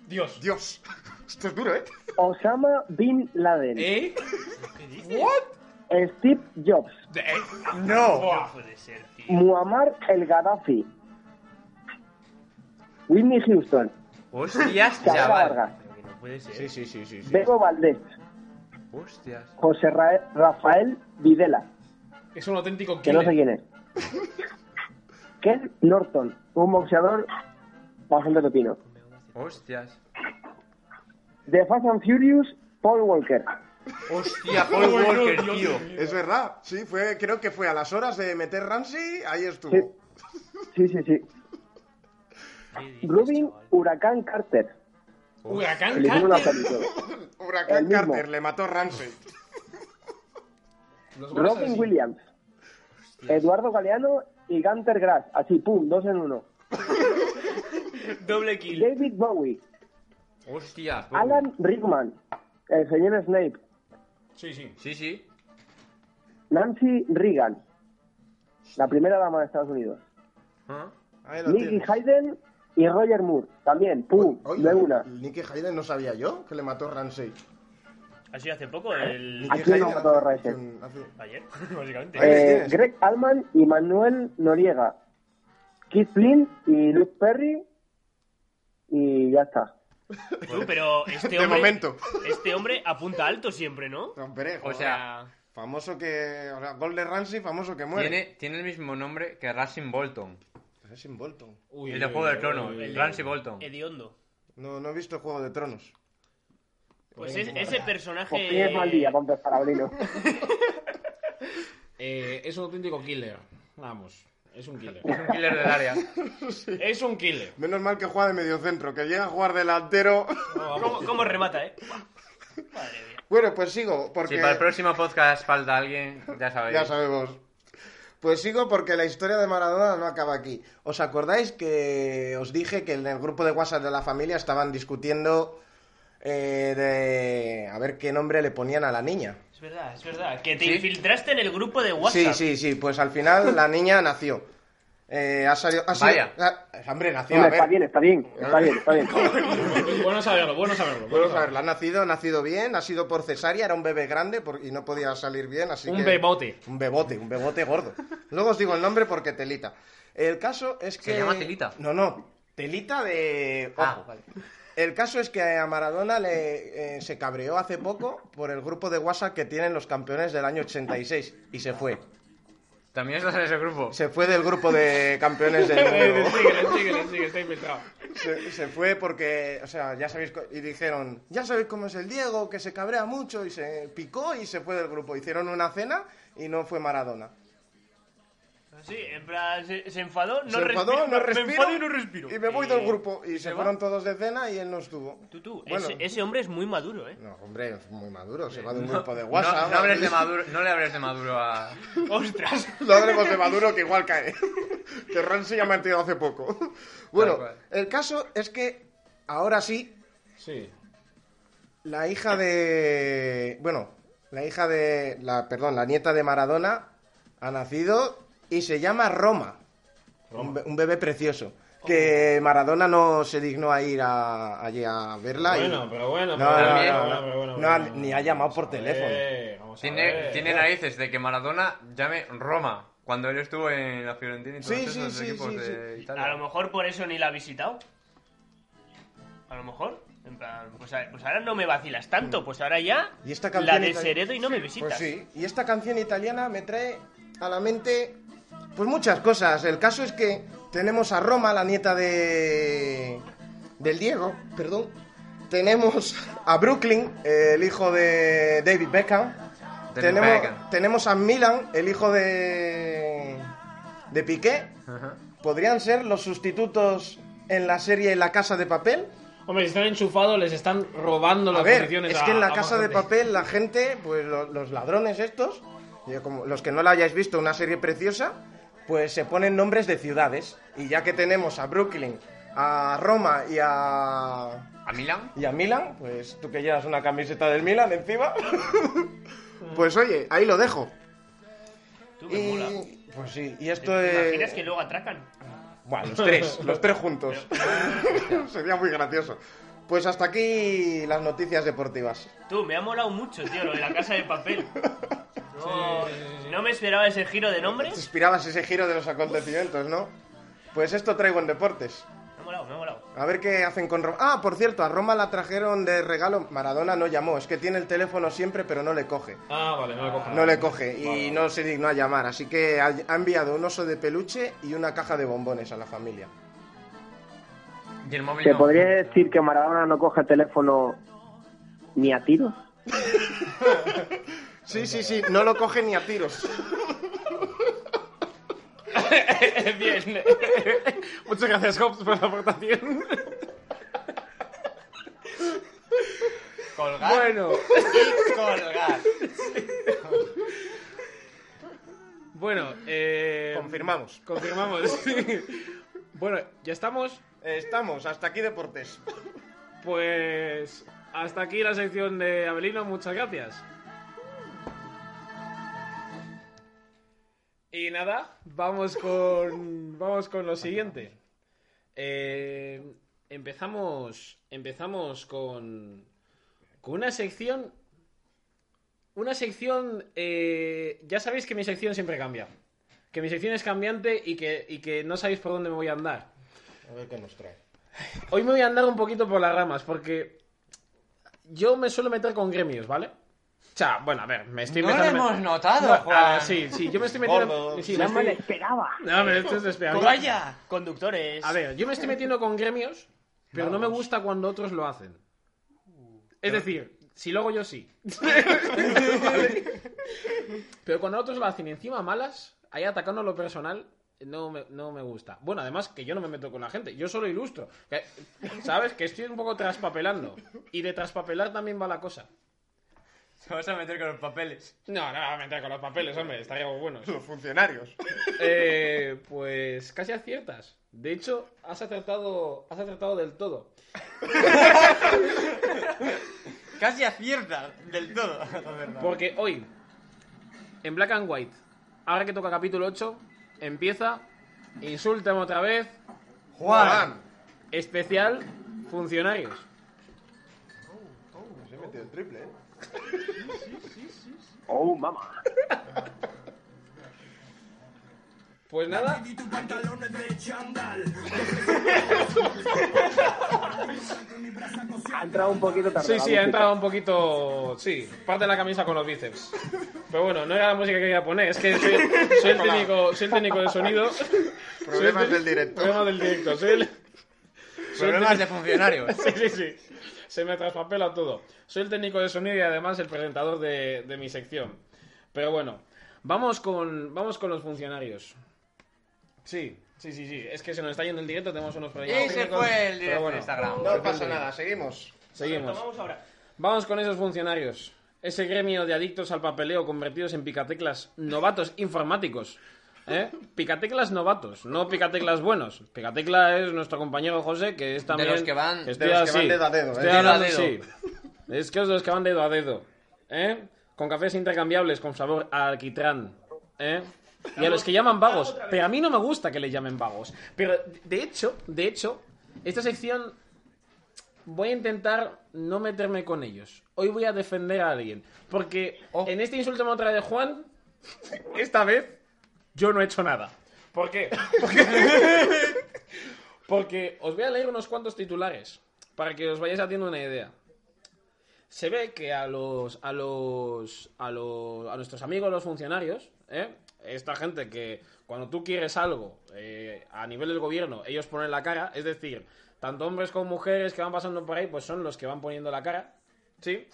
S2: Dios.
S4: Dios, esto es duro, ¿eh?
S5: Osama Bin Laden.
S2: ¿Eh?
S3: ¿Qué dices?
S5: Steve Jobs.
S2: Eh,
S4: No.
S3: No puede ser, tío.
S5: Muammar el Gaddafi. Whitney Houston.
S6: ¡Hostias,
S5: Chabela
S6: chaval!
S5: Vargas.
S3: Pero que no puede ser.
S4: Sí, sí, sí, sí. sí.
S5: Bebo Valdés.
S6: ¡Hostias!
S5: José Ra- Rafael Videla.
S2: Es un auténtico
S5: que no sé
S2: killer.
S5: quién es. Ken Norton, un boxeador bastante pepino.
S6: ¡Hostias!
S5: The Fast and Furious, Paul Walker.
S6: ¡Hostia, Paul Walker, tío!
S4: Es verdad, sí, fue, creo que fue a las horas de meter Ramsey, ahí estuvo.
S5: Sí. Sí, sí, sí. Rubin Huracán Carter.
S2: Huracán
S5: Le hicieron una
S2: Carter.
S5: película.
S4: Huracán
S5: El mismo.
S4: Carter le mató Ramsey.
S2: Los goles
S5: Robin
S2: así.
S5: Williams. Eduardo Galeano y Gunter Grass. Así, pum, dos en uno.
S3: Doble kill.
S5: David Bowie.
S6: ¡Hostias! Paul.
S5: Alan Rickman. El señor Snape.
S2: Sí, sí.
S6: Sí, sí.
S5: Nancy Reagan. La primera dama de Estados Unidos.
S6: ¿Ah?
S4: Ahí lo
S5: Nicky
S4: tienes.
S5: Hayden y Roger Moore. También, pum,
S4: Pues, Oye,
S5: de una.
S4: Nicky Hayden no sabía yo que le mató Ramsey.
S3: Ha sido hace poco, el...
S4: Nicky
S5: ¿A quién lo
S4: Hayden
S5: mató
S4: hace-
S5: Ramsey?
S4: hace-
S3: Ayer, [laughs] básicamente.
S4: Ahí les
S5: Eh,
S4: tienes.
S5: Greg Allman y Manuel Noriega. Keith Flynn y Luke Perry. Y ya está.
S3: Tú, pero este
S4: De
S3: hombre...
S4: momento.
S3: Este hombre apunta alto siempre, ¿no?
S4: Hombre,
S6: O sea,
S4: famoso que. O sea, gol de Ramsey, famoso que muere. Pues
S6: tiene, tiene el mismo nombre que Racing Bolton.
S4: Es en Bolton.
S2: Uy,
S6: El de
S2: uy,
S6: Juego de
S2: uy,
S6: Tronos,
S2: uy, uy.
S6: Ramsey Bolton.
S3: Hediondo.
S4: No, no he visto Juego de Tronos.
S3: Pues es- ese
S5: Pues tienes mal
S3: personaje...
S5: día con empezar, Abrino.
S2: Eh, es un auténtico killer. Vamos. Es un killer.
S6: Es un killer
S2: [laughs]
S6: del área.
S2: es un killer.
S4: Menos mal que juega de mediocentro, que llega a jugar delantero. [laughs]
S3: ¿Cómo, cómo remata, eh? Madre mía.
S4: bueno, pues sigo, porque.
S6: Si para el próximo podcast falta alguien, ya sabéis.
S4: Ya sabemos. Pues sigo porque la historia de Maradona no acaba aquí. ¿Os acordáis que os dije que en el grupo de WhatsApp de la familia estaban discutiendo eh, de a ver qué nombre le ponían a la niña?
S3: Es verdad, es verdad. Que te infiltraste en el grupo de WhatsApp.
S4: Sí, sí, sí. Pues al final la niña nació. Eh, ha salido, ha sido-
S6: Vaya.
S4: ha- hombre, nació. a
S5: Hombre,
S4: ver.
S5: está bien, está bien, está bien, está
S4: [laughs]
S5: bien.
S2: bueno saberlo, bueno saberlo. bueno
S4: Vamos a ver, la ha nacido, ha nacido bien, ha sido por cesárea, era un bebé grande por- y no podía salir bien, así
S2: Un
S4: que...
S2: bebote.
S4: Un bebote, un bebote gordo. Luego os digo el nombre porque telita. El caso es que...
S6: ¿Se llama Telita?
S4: No, no, telita de...
S6: Ah,
S4: Ojo.
S6: vale.
S4: El caso es que a Maradona le, eh, se cabreó hace poco por el grupo de WhatsApp que tienen los campeones del año 86 y se fue.
S6: También estás en ese grupo.
S4: Se fue del grupo de campeones
S6: [laughs]
S4: del
S2: Síguele,
S4: mundo.
S2: síguele, síguele, síguele, está inventado.
S4: se, se fue porque, o sea, ya sabéis, co- y dijeron, ya sabéis cómo es el Diego, que se cabrea mucho y se picó y se fue del grupo. Hicieron una cena y no fue Maradona.
S3: Sí, en plan, se, se enfadó, no
S4: se enfadó,
S3: respiro,
S4: no respiro,
S3: Me enfado y no respiro.
S4: y me voy
S3: Eh,
S4: del grupo. Y se,
S3: va.
S4: fueron todos de cena y él no estuvo.
S3: Tú, tú,
S4: Bueno.
S3: ese, ese hombre es muy maduro, ¿eh?
S4: No, hombre, es muy maduro, se va de un grupo de
S6: No-
S4: WhatsApp.
S6: No, hables de Maduro, no le hables de Maduro a...
S3: ¡Ostras!
S4: No hablemos de Maduro, que igual cae. [laughs] que Ramsey ya me ha metido hace poco. [laughs] Bueno,
S6: cual.
S4: el caso es que ahora sí
S2: Sí.
S4: La hija de. Bueno, la hija de. La, perdón, la nieta de Maradona ha nacido y se llama Roma. Un, be- un bebé precioso. Que Maradona no se dignó a ir a- allí a verla. y-
S2: Bueno, pero bueno,
S4: No,
S2: pero
S4: no,
S2: bueno,
S4: no,
S2: bueno,
S4: no.
S2: pero bueno,
S4: No,
S2: bueno.
S4: ni ha llamado por
S2: Vamos a
S4: teléfono.
S2: ver, vamos a
S6: Tiene,
S2: ver.
S6: tiene narices de que Maradona llame Roma cuando él estuvo en la Fiorentina y todos
S4: Sí, sí,
S6: esos
S4: sí,
S6: equipos
S4: sí,
S6: de Italia.
S3: A lo mejor por eso ni la ha visitado. A lo mejor. En plan, pues, a- pues ahora no me vacilas tanto, pues ahora ya
S4: Y esta canción
S3: la
S4: itali-
S3: desheredo y no me
S4: Pues
S3: visitas.
S4: sí, y esta canción italiana me trae a la mente pues muchas cosas. El caso es que tenemos a Roma, la nieta de del Diego, perdón. Tenemos a Brooklyn, eh, el hijo de David Beckham.
S6: David
S4: tenemos,
S6: Beckham.
S4: tenemos a Milan, el hijo de de Piqué. Podrían ser los sustitutos en la serie La Casa de Papel.
S2: Hombre, si están enchufados, les están robando
S4: A
S2: las
S4: ver,
S2: posiciones.
S4: es
S2: a-
S4: que en
S2: a
S4: la
S2: más
S4: casa de
S2: gente.
S4: papel la gente, pues lo- los ladrones estos, yo como los que no la hayáis visto, una serie preciosa, pues se ponen nombres de ciudades. Y ya que tenemos a Brooklyn, a Roma y a
S6: ¿A Milán?
S4: y a Milan, pues tú que llevas una camiseta del Milan encima, [laughs] pues oye, ahí lo dejo.
S3: Tú me mola.
S4: Y pues sí, y esto
S3: ¿Te
S4: es
S3: imaginas que luego atracan?
S4: Buah, los tres, los tres
S3: [laughs]
S4: juntos. [laughs] Sería muy gracioso. Pues hasta aquí las noticias deportivas.
S3: Tú, me ha molado mucho, tío, lo de la casa
S2: [laughs]
S3: de papel. No, no me esperaba ese giro de
S4: Te
S3: nombres.
S4: inspirabas ese giro de los acontecimientos, ¿no? Pues esto traigo en deportes.
S3: Me ha molado, me ha molado.
S4: A ver qué hacen con Roma. Ah, por cierto, a Roma la trajeron de regalo. Maradona no llamó, es que tiene el teléfono siempre, pero no le coge.
S2: Ah, vale, no le cojo.
S4: No le coge y no se dignó a llamar, así que ha ha enviado un oso de peluche y una caja de bombones a la familia.
S6: Y el móvil
S5: ¿Se
S6: no.
S5: podría decir que Maradona no coge teléfono ni a tiros?
S4: Sí, sí, sí, no lo coge ni a tiros.
S2: [laughs]
S4: [laughs]
S2: Bien. Muchas gracias, Hobbs, por la aportación.
S7: Colgar
S2: Bueno,
S7: y colgar.
S2: bueno, eh,
S4: Confirmamos.
S2: confirmamos. [laughs] bueno, ya estamos.
S4: Eh, Estamos, hasta aquí deportes.
S2: Pues hasta aquí la sección de Abelino, muchas gracias. Y nada, vamos con vamos con lo siguiente. Eh, empezamos empezamos con con una sección una sección eh, ya sabéis que mi sección siempre cambia, que mi sección es cambiante y que y que no sabéis por dónde me voy a andar.
S4: A ver qué nos trae.
S2: Hoy me voy a andar un poquito por las ramas, porque yo me suelo meter con gremios, ¿vale? O sea, bueno, a ver, me estoy
S6: No lo
S2: metiendo...
S6: hemos notado,
S2: No, a
S6: Juan.
S2: ver, sí, sí, yo me estoy metiendo...
S4: Gordo.
S2: Sí, me
S5: No me lo
S2: estoy-
S5: esperaba.
S2: No, pero esto es despegado.
S3: ¡Vaya! Conductores.
S2: A ver, yo me estoy metiendo con gremios, pero no me gusta cuando otros lo hacen. Es decir, si lo hago yo sí. pero cuando otros lo hacen y encima malas, ahí atacando lo personal, no me, no me gusta. Bueno, además que yo no me meto con la gente, yo solo ilustro. Que- ¿Sabes? Que estoy un poco traspapelando. Y de traspapelar también va la cosa.
S6: [laughs] Te vas a meter con los papeles.
S2: No, no, me voy a meter con los papeles, hombre, estaría bueno. eso.
S4: Los funcionarios.
S2: Eh, pues casi aciertas. De hecho, has acertado, has acertado del todo.
S6: Casi acierta
S4: [laughs]
S6: del todo.
S2: Porque hoy, en Black and White, ahora que toca capítulo 8, empieza, insultame otra vez,
S4: Juan.
S2: especial, funcionarios.
S4: Se ha metido el triple, ¿eh?
S5: Oh, mamá.
S2: Pues nada,
S5: Ha entrado un poquito tarde.
S2: sí,
S5: la
S2: sí, ha
S5: música.
S2: entrado un poquito... Sí, parte de la camisa con los bíceps. Pero bueno, no era la música que quería poner, es que soy, soy el, técnico, soy el técnico de sonido.
S4: Problemas
S2: Soy el
S4: del directo.
S2: Problemas del directo, soy el...
S6: Problemas de
S7: [laughs]
S6: funcionarios.
S2: Sí, sí, sí. Se me traspapela todo. Soy el técnico de sonido y además el presentador de, de mi sección. Pero bueno, vamos con, vamos con los funcionarios. Sí, sí, sí, sí. Es que se nos está yendo el directo, tenemos unos problemas.
S6: Y se
S2: técnicos,
S6: fue el directo
S2: pero bueno,
S6: de Instagram.
S4: No pasa nada, seguimos.
S2: Seguimos.
S3: Tomamos ahora.
S2: Vamos con esos funcionarios. Ese gremio de adictos al papeleo convertidos en picateclas novatos informáticos. ¿Eh? Picateclas novatos, no picateclas buenos. Picatecla es nuestro compañero José, que es también.
S6: los que van-
S2: estoy
S4: de los que
S2: así.
S4: van dedo a dedo,
S2: Estoy
S4: ¿eh? Dedo a
S2: hablando
S6: dedo.
S2: así. Es que es de los que van dedo a dedo. ¿eh? Con cafés intercambiables con sabor a alquitrán. ¿eh? y a los que llaman vagos. Pero a mí no me gusta que le llamen vagos. Pero de hecho, de hecho, esta sección voy a intentar no meterme con ellos. Hoy voy a defender a alguien. Porque
S4: Oh.
S2: en este insulto me otra de Juan, esta vez yo no he hecho nada. ¿Por qué? Porque, porque os voy a leer unos cuantos titulares para que os vayáis haciendo una idea. Se ve que a los a los a los a nuestros amigos los funcionarios, ¿eh? esta gente que cuando tú quieres algo eh, a nivel del gobierno, ellos ponen la cara, es decir, tanto hombres como mujeres que van pasando por ahí, pues son los que van poniendo la cara, ¿sí?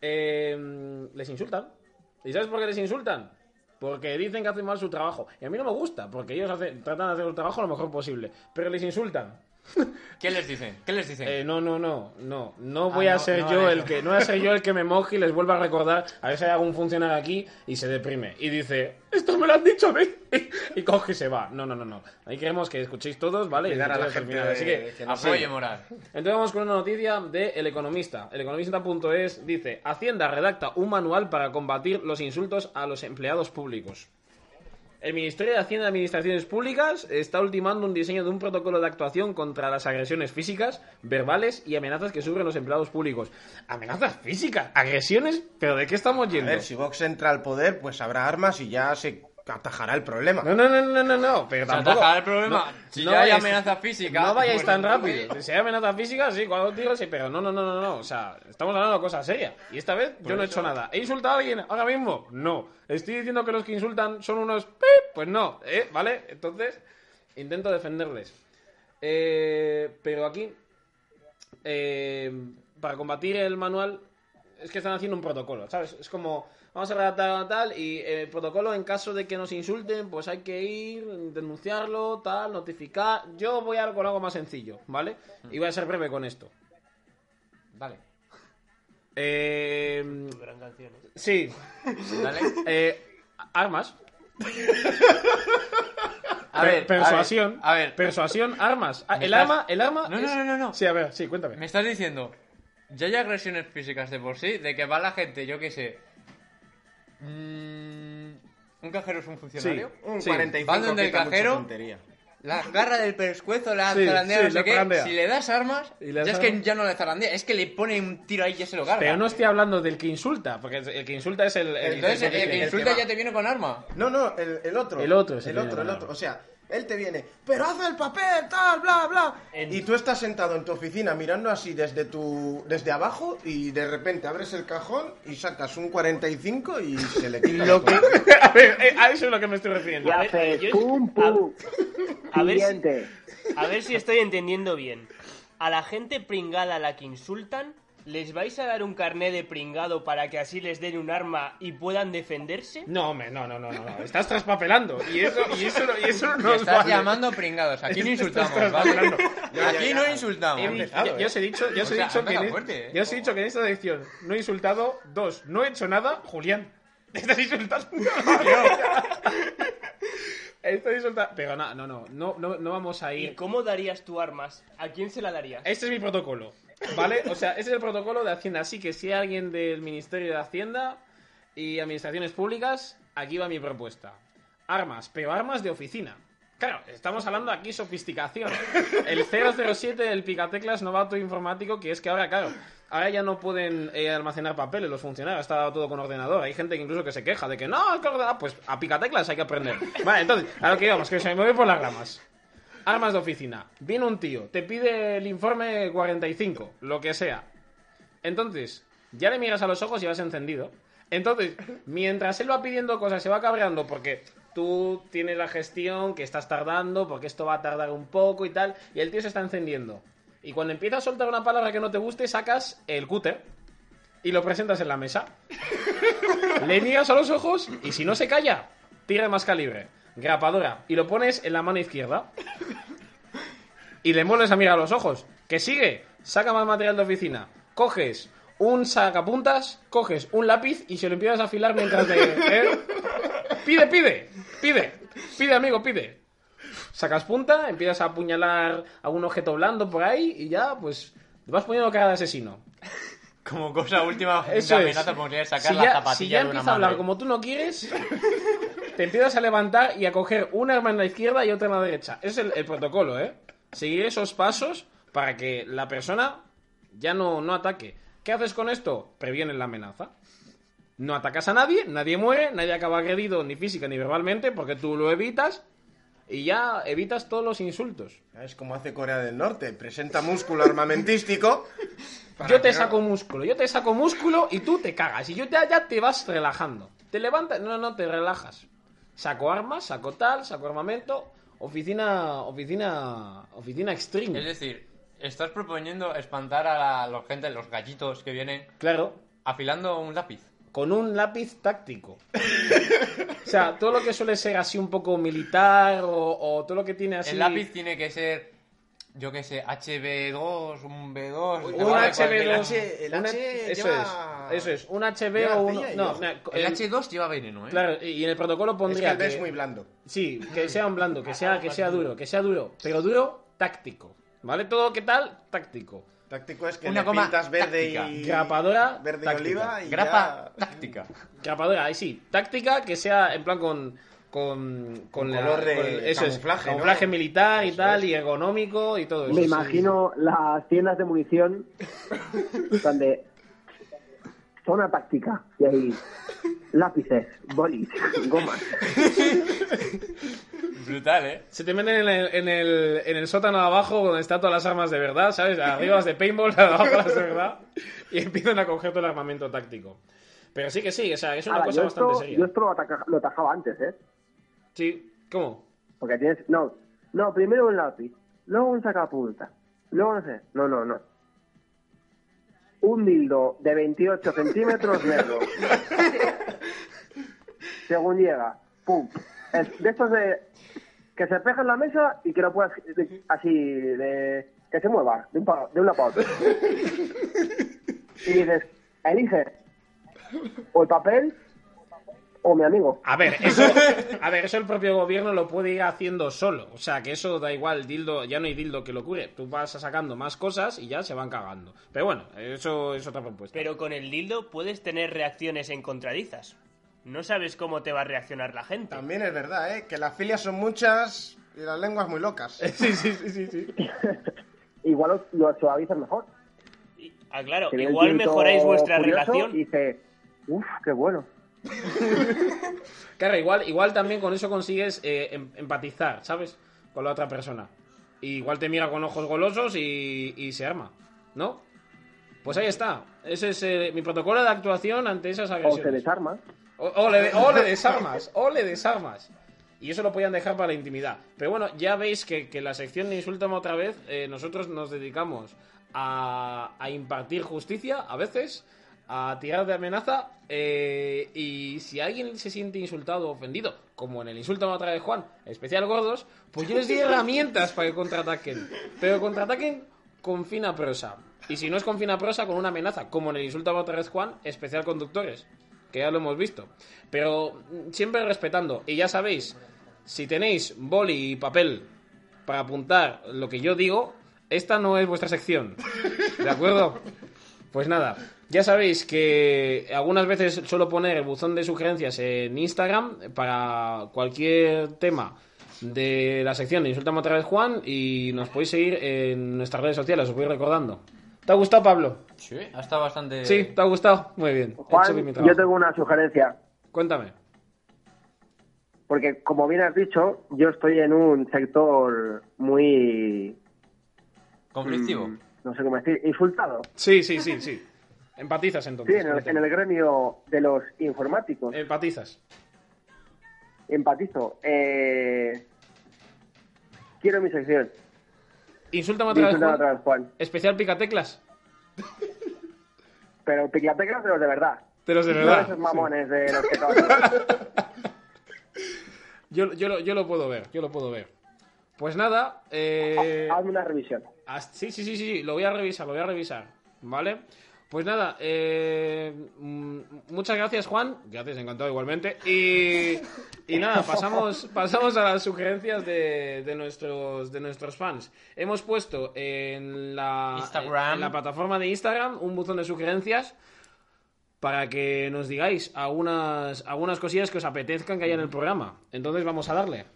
S2: Eh, les insultan. ¿Y sabes por qué les insultan? Porque dicen que hacen mal su trabajo. Y a mí no me gusta, porque ellos hacen- tratan de hacer su trabajo lo mejor posible. Pero les insultan.
S7: ¿Qué les dicen? ¿Qué les dicen?
S2: Eh, no, no, no, no. No
S4: Ah,
S2: voy a
S7: no,
S2: ser
S7: no
S2: yo
S4: eh.
S7: haré
S2: el
S7: eso.
S2: que. No voy a ser yo el que me moje y les vuelva a recordar. A ver si hay algún funcionario aquí y se deprime. Y dice, esto me lo han dicho a mí. [laughs] Y coge y se va. No, no, no, no. Ahí queremos que escuchéis todos, ¿vale? Y
S4: Cuidar a la
S2: escuchéis hasta el
S4: gente
S2: final.
S4: de-
S2: Así que
S4: que no
S7: Apoyo
S4: sé.
S7: moral.
S2: entonces vamos con una noticia de El Economista. El Economista.es dice, Hacienda redacta un manual para combatir los insultos a los empleados públicos. El Ministerio de Hacienda y Administraciones Públicas está ultimando un diseño de un protocolo de actuación contra las agresiones físicas, verbales y amenazas que sufren los empleados públicos. ¿Amenazas físicas? ¿Agresiones? ¿Pero de qué estamos
S4: A
S2: yendo?
S4: ver, si Vox entra al poder, pues habrá armas y ya se atajará el problema.
S2: No, no, no, no, no, no, pero
S7: sea,
S2: tampoco...
S7: atajar el problema. Si ya hay amenaza física,
S2: No vayáis
S7: pues-
S2: tan rápido. Si hay amenaza física, sí, cuando tiro, sí, pero no, no, no, no, no. O sea, estamos hablando de cosas serias. Y esta vez yo no he hecho nada. ¿He insultado a alguien ahora mismo? No. ¿Estoy diciendo que los que insultan son unos... pip? Pues no, ¿eh? ¿Vale? Entonces, intento defenderles. Eh, pero aquí, eh, para combatir el manual, es que están haciendo un protocolo, ¿sabes? Es como, vamos a redactar tal, y eh, el protocolo, en caso de que nos insulten, pues hay que ir, denunciarlo, tal, notificar. Yo voy a con algo más sencillo, ¿vale? Y voy a ser breve con esto.
S7: Dale.
S2: Eh,
S3: Gran canción, ¿eh?
S2: sí,
S7: Dale.
S2: eh, armas.
S7: A
S2: Per-
S7: ver,
S2: persuasión.
S7: A ver, a ver.
S2: Persuasión, armas. Ah,
S7: Me
S2: El
S7: estás-
S2: arma, el arma.
S7: No, no,
S2: es-
S7: no, no, no.
S2: Sí, a ver, sí, cuéntame.
S7: Me estás diciendo, ya hay agresiones físicas de por sí, de que va la gente, yo qué sé. mm, un cajero es un funcionario.
S4: Un
S2: Sí.
S4: 45
S7: Van donde el
S4: quita mucha
S7: cajero.
S4: tontería.
S7: La garra del pescuezo, la
S2: Sí,
S7: zarandea,
S2: sí,
S7: no sé
S2: la
S7: qué.
S2: zarandea.
S7: Si le das armas,
S2: Y le das
S7: ya es
S2: armas.
S7: que ya no le zarandea, es que le pone un tiro ahí y ya se lo carga.
S2: Pero no estoy hablando del que insulta, porque el que insulta es el. el-
S7: Entonces el,
S2: el-
S7: el que
S2: el-
S7: insulta
S4: va.
S7: ya te viene con arma.
S4: No, no, el, el otro.
S2: El otro es el
S4: el,
S2: que
S4: otro,
S2: viene
S4: el
S2: con
S4: otro.
S2: armas.
S4: O sea, él te viene, pero haz el papel, tal, bla, bla. Y tú estás sentado en tu oficina mirando así desde tu desde abajo y de repente abres el cajón y sacas un 45 y se le quita. la cosa. [laughs]
S2: [laughs] a ver, eh, a eso es lo que me estoy refiriendo.
S5: Y
S3: ver,
S5: haces
S3: yo-
S5: pum, pum.
S3: a ver si-
S5: Siguiente.
S3: A ver si estoy entendiendo bien. A la gente pringada a la que insultan, ¿les vais a dar un carné de pringado para que así les den un arma y puedan defenderse?
S2: No, hombre, no, no, no, no, no. Estás traspapelando. Y eso, y eso, no- y eso
S7: Y
S2: no
S7: estás
S2: vale. Este
S7: llamando pringados.
S2: [laughs]
S7: Aquí no insultamos,
S2: Estás
S7: ¿vale?
S2: hablando.
S7: Aquí no insultamos.
S2: He di- ya, ya os he dicho, ya os he
S7: O sea,
S2: dicho
S7: anda
S2: que,
S7: la
S2: en,
S7: muerte, eh.
S2: ya os he dicho que en esta edición no he insultado. Dos, no he hecho nada, Julián. [laughs] Estás [laughs] insultando. Estás insultando. Pero no, no, no, no, no, no vamos a
S3: ¿Y
S2: ir.
S3: cómo darías tú armas? ¿A quién se la darías?
S2: Este es mi protocolo, ¿vale? O sea, este es el protocolo de Hacienda. Así que si hay alguien del Ministerio de Hacienda y Administraciones Públicas, aquí va mi propuesta. Armas, pero armas de oficina. Claro, estamos hablando aquí sofisticación. El 007 del picateclas novato informático, que es que ahora, claro, ahora ya no pueden eh, almacenar papeles los funcionarios, está todo con ordenador. Hay gente que incluso que se queja de que no, es que ordenador, pues a picateclas hay que aprender. Vale, entonces, a lo que íbamos, que se me voy por las ramas. Armas de oficina. Viene un tío, te pide el informe 45, lo que sea. Entonces, ya le miras a los ojos y vas encendido. Entonces, mientras él va pidiendo cosas, se va cabreando porque tú tienes la gestión, que estás tardando, porque esto va a tardar un poco y tal, y el tío se está encendiendo. Y cuando empieza a soltar una palabra que no te guste, sacas el cúter y lo presentas en la mesa. [laughs] Le miras a los ojos y si no se calla, tira de más calibre, grapadora, y lo pones en la mano izquierda. Y le vuelves a mirar a los ojos. Que sigue, saca más material de oficina. Coges un sacapuntas, coges un lápiz y se lo empiezas a afilar mientras te. ¿eh? Pide, pide, pide, pide, amigo, pide. Sacas punta, empiezas a apuñalar a un objeto blando por ahí y ya, pues, te vas poniendo cara de asesino.
S7: Como cosa última,
S2: Eso
S7: de
S2: es.
S6: pues
S7: amenaza podría sacar
S2: si
S7: la
S2: ya,
S7: zapatilla
S2: si ya
S7: de una
S2: empieza a
S7: madre.
S2: hablar como tú no quieres, [laughs] te empiezas a levantar y a coger una arma en la izquierda y otra en la derecha. Es el, el protocolo, ¿eh? Seguir esos pasos para que la persona ya no, no ataque. ¿Qué haces con esto? Previenes la amenaza. No atacas a nadie, nadie muere, nadie acaba agredido ni física ni verbalmente porque tú lo evitas y ya evitas todos los insultos.
S4: Es como hace Corea del Norte, presenta músculo armamentístico. para
S2: Yo te
S4: que no-
S2: saco músculo, yo te saco músculo y tú te cagas. Y yo te, ya te vas relajando. Te levantas, no, no, te relajas. Saco armas, saco tal, saco armamento. Oficina, oficina, oficina extreme.
S6: Es decir, estás proponiendo espantar a la, los gente, los gallitos que vienen
S2: Claro,
S6: afilando un lápiz.
S2: con un lápiz táctico. o sea, todo lo que suele ser así un poco militar o, o todo lo que tiene así.
S6: El lápiz tiene que ser, yo qué sé, HB2, un B2. te
S2: Un
S6: vale
S2: HB2.
S6: cualquier-
S4: el
S2: una-
S4: H
S2: eso
S4: lleva-
S2: es, eso es. Un HB
S4: lleva
S2: o un.
S4: arcilla y
S2: No,
S4: lleva-
S2: no,
S6: El
S2: el-
S6: H2 lleva veneno, ¿eh?
S2: Claro, y en el protocolo
S4: Es
S2: pondría.
S4: que el B es
S2: que-
S4: muy blando.
S2: Sí, que sea un blando, que sea, que sea duro, que sea duro, pero duro táctico. ¿Vale? Todo que tal, táctico.
S4: Táctico es que
S6: Una
S4: le
S6: goma
S4: pintas verde
S6: táctica.
S4: y...
S2: Grapadora
S4: Verde
S2: táctica.
S4: y oliva y
S6: Grapa
S4: ya...
S6: táctica.
S2: Grapadora, ahí sí. Táctica que sea en plan con. Con, con la-
S4: color de
S2: con- eso es,
S4: camuflaje, ¿no?
S2: camuflaje militar y
S4: Eso
S2: tal,
S4: es.
S2: y ergonómico y
S3: Pues
S2: todo eso.
S5: Me
S2: sí.
S5: imagino las tiendas de munición donde zona táctica y ahí lápices, bolis, gomas.
S6: Brutal, ¿eh?
S2: Se te meten en el, en, el, en el sótano de abajo donde están todas las armas de verdad, ¿sabes? Arriba las de paintball, [laughs] abajo las de verdad. Y empiezan a coger todo el armamento táctico. Pero sí que sí, o sea, es una
S5: Ahora,
S2: cosa
S5: Ah, yo,
S2: bastante
S5: esto,
S2: seria.
S5: yo esto lo, ataca- lo atajaba antes, ¿eh?
S2: Sí, ¿cómo?
S5: Porque tienes. No, no, primero un lápiz, luego un sacapunta, luego no sé. No, no, no. Un dildo de 28 centímetros negro. Según llega, pum. El- de estos de. Que se pega en la mesa y que no puedas. de- así, de. Que se mueva, de un, pa- de un lado para otro. Y dices, elige. O el papel o mi amigo.
S2: A [laughs] ver, eso, a ver, eso el propio gobierno lo puede ir haciendo solo. O sea, que eso da igual, dildo, ya no hay dildo que lo cure. Tú vas sacando más cosas y ya se van cagando. Pero bueno, eso es otra propuesta.
S3: Pero con el dildo puedes tener reacciones encontradizas. No sabes cómo te va a reaccionar la gente.
S4: También es verdad, ¿eh? Que las filias son muchas y las lenguas muy locas.
S2: Sí, sí, sí, sí, sí.
S5: Igual os- lo suavizas mejor.
S3: Y- Ah, claro,
S5: Que ve el
S3: igual
S5: típico
S3: mejoráis vuestra
S5: curioso
S3: relación.
S5: Y dice, uff, qué bueno.
S2: Claro, igual, igual también con eso consigues eh, em- empatizar, ¿sabes? Con la otra persona. Y igual te mira con ojos golosos y, y se arma, ¿no? Pues ahí está. Ese es eh, mi protocolo de actuación ante esas
S5: O se
S2: agresiones.
S5: desarma.
S2: O, o le, o le desarmas, o le desarmas. Y eso lo podían dejar para la intimidad. Pero bueno, ya veis que, que la sección de Insúltame otra vez, eh, nosotros nos dedicamos a, a impartir justicia a veces, a tirar de amenaza. eh, y si alguien se siente insultado o ofendido, como en el Insúltame otra vez, Juan, especial gordos, pues yo les di herramientas para que contraataquen. Pero contraataquen con fina prosa. Y si no es con fina prosa, con una amenaza, como en el Insúltame otra vez, Juan, especial conductores que ya lo hemos visto. Pero mm, siempre respetando. Y ya sabéis, si tenéis boli y papel para apuntar lo que yo digo, esta no es vuestra sección. ¿De acuerdo? Pues nada, ya sabéis que algunas veces suelo poner el buzón de sugerencias en Instagram para cualquier tema de la sección de Insultame otra vez Juan y nos podéis seguir en nuestras redes sociales, os voy recordando. ¿Te ha gustado, Pablo?
S6: Sí, ha estado bastante...
S2: Sí, ¿te ha gustado? Muy bien. He hecho bien
S5: Juan,
S2: mi
S5: yo
S2: trabajo.
S5: tengo una sugerencia.
S2: Cuéntame.
S5: Porque, como bien has dicho, yo estoy en un sector muy.
S6: Conflictivo.
S5: mm, No sé cómo decir, insultado.
S2: Sí, sí, sí, sí. Empatizas
S5: Sí,
S2: entonces.
S5: en
S2: con
S5: el,
S2: el
S5: en el
S2: tema.
S5: gremio de los
S2: Eh.
S5: informáticos.
S2: Empatizas.
S5: Empatizo. Eh, quiero mi sección.
S2: Insúltame otra vez.
S5: Disfrutar
S2: Juan.
S5: otra vez, Juan.
S2: Especial picateclas.
S5: Pero piclatecas de los de verdad.
S2: De los de
S5: No de
S2: verdad.
S5: esos
S2: Sí.
S5: mamones
S2: [laughs]
S5: de los que todos.
S2: Yo, yo, lo- yo lo puedo ver, yo lo puedo ver. Pues nada, eh,
S5: Hazme una revisión.
S2: as- sí, sí, sí, sí, sí, lo voy a revisar, lo voy a revisar, ¿vale? Pues nada, eh, mm, muchas gracias Juan, gracias, encantado igualmente. Y, y nada, pasamos, pasamos a las sugerencias de, de nuestros, de nuestros fans. Hemos puesto en la,
S6: Instagram.
S2: en la plataforma de Instagram un buzón de sugerencias para que nos digáis algunas, algunas cosillas que os apetezcan que haya en el programa. Entonces vamos a darle.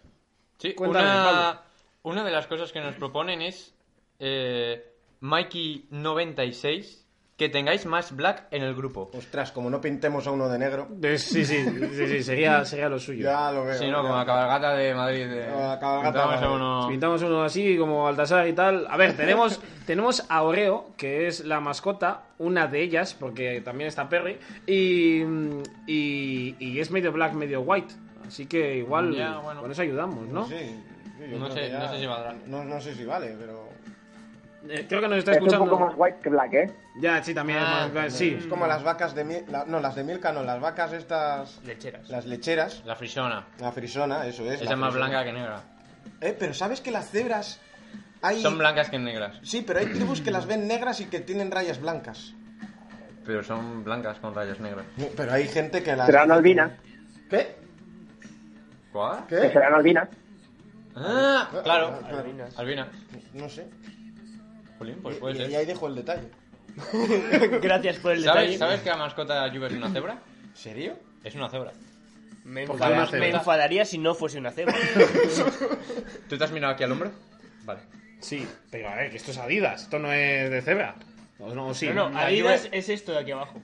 S6: Sí,
S2: Cuéntame, Pablo.
S6: una, una de las cosas que nos proponen es eh, Mikey96, que tengáis más black en el grupo.
S4: Ostras, como no pintemos a uno de negro.
S2: De- Sí, sí, sí, sí, sería, sería lo suyo.
S4: Ya lo veo.
S6: Sí, no,
S4: ya.
S6: como la cabalgata de Madrid. de-
S4: Como la cabalgata
S6: entramos
S4: de
S6: a
S4: Madrid.
S6: uno-
S2: Pintamos uno así como Baltasar y tal. A ver,
S6: [laughs]
S2: tenemos, tenemos a Oreo, que es la mascota, una de ellas, porque también está Perry, y, y, y es medio black, medio white. Así que igual
S6: Ya, bueno.
S2: con eso ayudamos, ¿no?
S4: Sí, sí, yo
S6: No
S4: creo
S6: sé-
S4: que ya-
S6: no sé si valdrá.
S4: No, no sé si vale, pero.
S2: Eh, creo que nos está
S5: Es un
S2: escuchando.
S5: poco más white que black, ¿eh?
S2: Ya, sí, también es
S6: Ah,
S2: más- sí.
S4: Es como las vacas de Milka. no, las de Milka no, las vacas estas.
S3: Lecheras.
S4: Las lecheras.
S6: La frisona.
S4: La frisona, eso es.
S6: Esa
S4: la
S6: es más
S4: frisona.
S6: blanca que negra.
S4: Eh, pero ¿sabes que las cebras. Hay...
S6: Son blancas que negras.
S4: Sí, pero hay tribus que las ven negras y que tienen rayas blancas.
S6: Pero son blancas con rayas negras.
S4: No, Pero hay gente que las.
S5: Serán albinas.
S4: ¿Qué?
S6: ¿Cuál?
S5: que
S4: ¿Qué?
S5: Serán albinas.
S6: Ah, claro.
S4: Claro.
S6: Albina.
S4: No sé.
S6: Jolín, pues
S4: Y-
S6: puede
S4: y,
S6: ser.
S4: ahí dejo el detalle.
S3: [laughs] Gracias por el detalle.
S6: ¿Sabes, ¿Sabes que la mascota de Juve es una cebra?
S4: ¿Serio?
S6: Es una cebra.
S3: Me,
S9: ¿Por qué
S3: enfada-
S9: una cebra?
S3: me enfadaría si no fuese una cebra.
S6: ¿Tú te has mirado aquí al hombro? Vale.
S2: Sí, pero a ver, que esto es Adidas, esto no es de cebra. O no, o sí.
S3: No, no,
S6: La
S3: Adidas
S6: Juve-
S3: es esto de aquí abajo.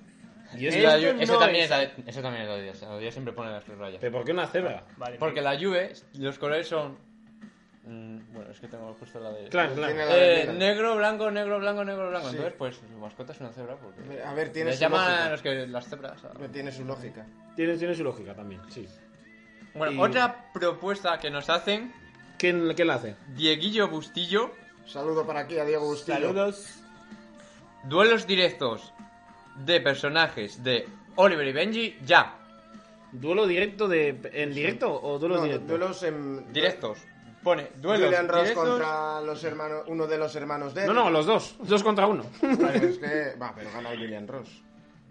S2: Y este es-
S3: Esto
S6: La Ju- ese,
S3: no
S6: también
S3: es-
S6: es... la- ese también es la Adidas. La Adidas siempre pone las tres rayas.
S2: ¿Pero por qué una cebra?
S3: Vale,
S6: Porque la Juve, los colores son... mm, Bueno, es que tengo justo la de...
S2: Claro, claro.
S4: Tiene la de
S6: Eh,
S4: Milka.
S6: negro, blanco, negro, blanco, negro, blanco. Entonces, pues, su mascota es una cebra porque...
S4: A ver, tiene
S6: Les
S4: su
S6: llaman
S4: lógica.
S6: a los que las cebras. a-
S4: No tiene su lógica.
S2: Tiene, tiene su lógica también, sí.
S6: Bueno,
S2: Y-
S6: otra propuesta que nos hacen,
S2: ¿Quién, quién la hace?
S6: Dieguillo Bustillo,
S4: Saludo para aquí a Diego Bustillo.
S3: Saludos.
S6: duelos directos de personajes de Oliver y Benji, ya.
S2: ¿Duelo directo de en directo o duelo
S4: No,
S2: directo?
S4: duelos en.
S6: Directos. Pone, duelos
S4: Julian Ross
S6: directos.
S4: contra los hermanos, uno de los hermanos de él.
S2: No, no, los dos. Dos contra uno.
S4: [laughs] Vale, es que- Va, pero gana Julian Ross.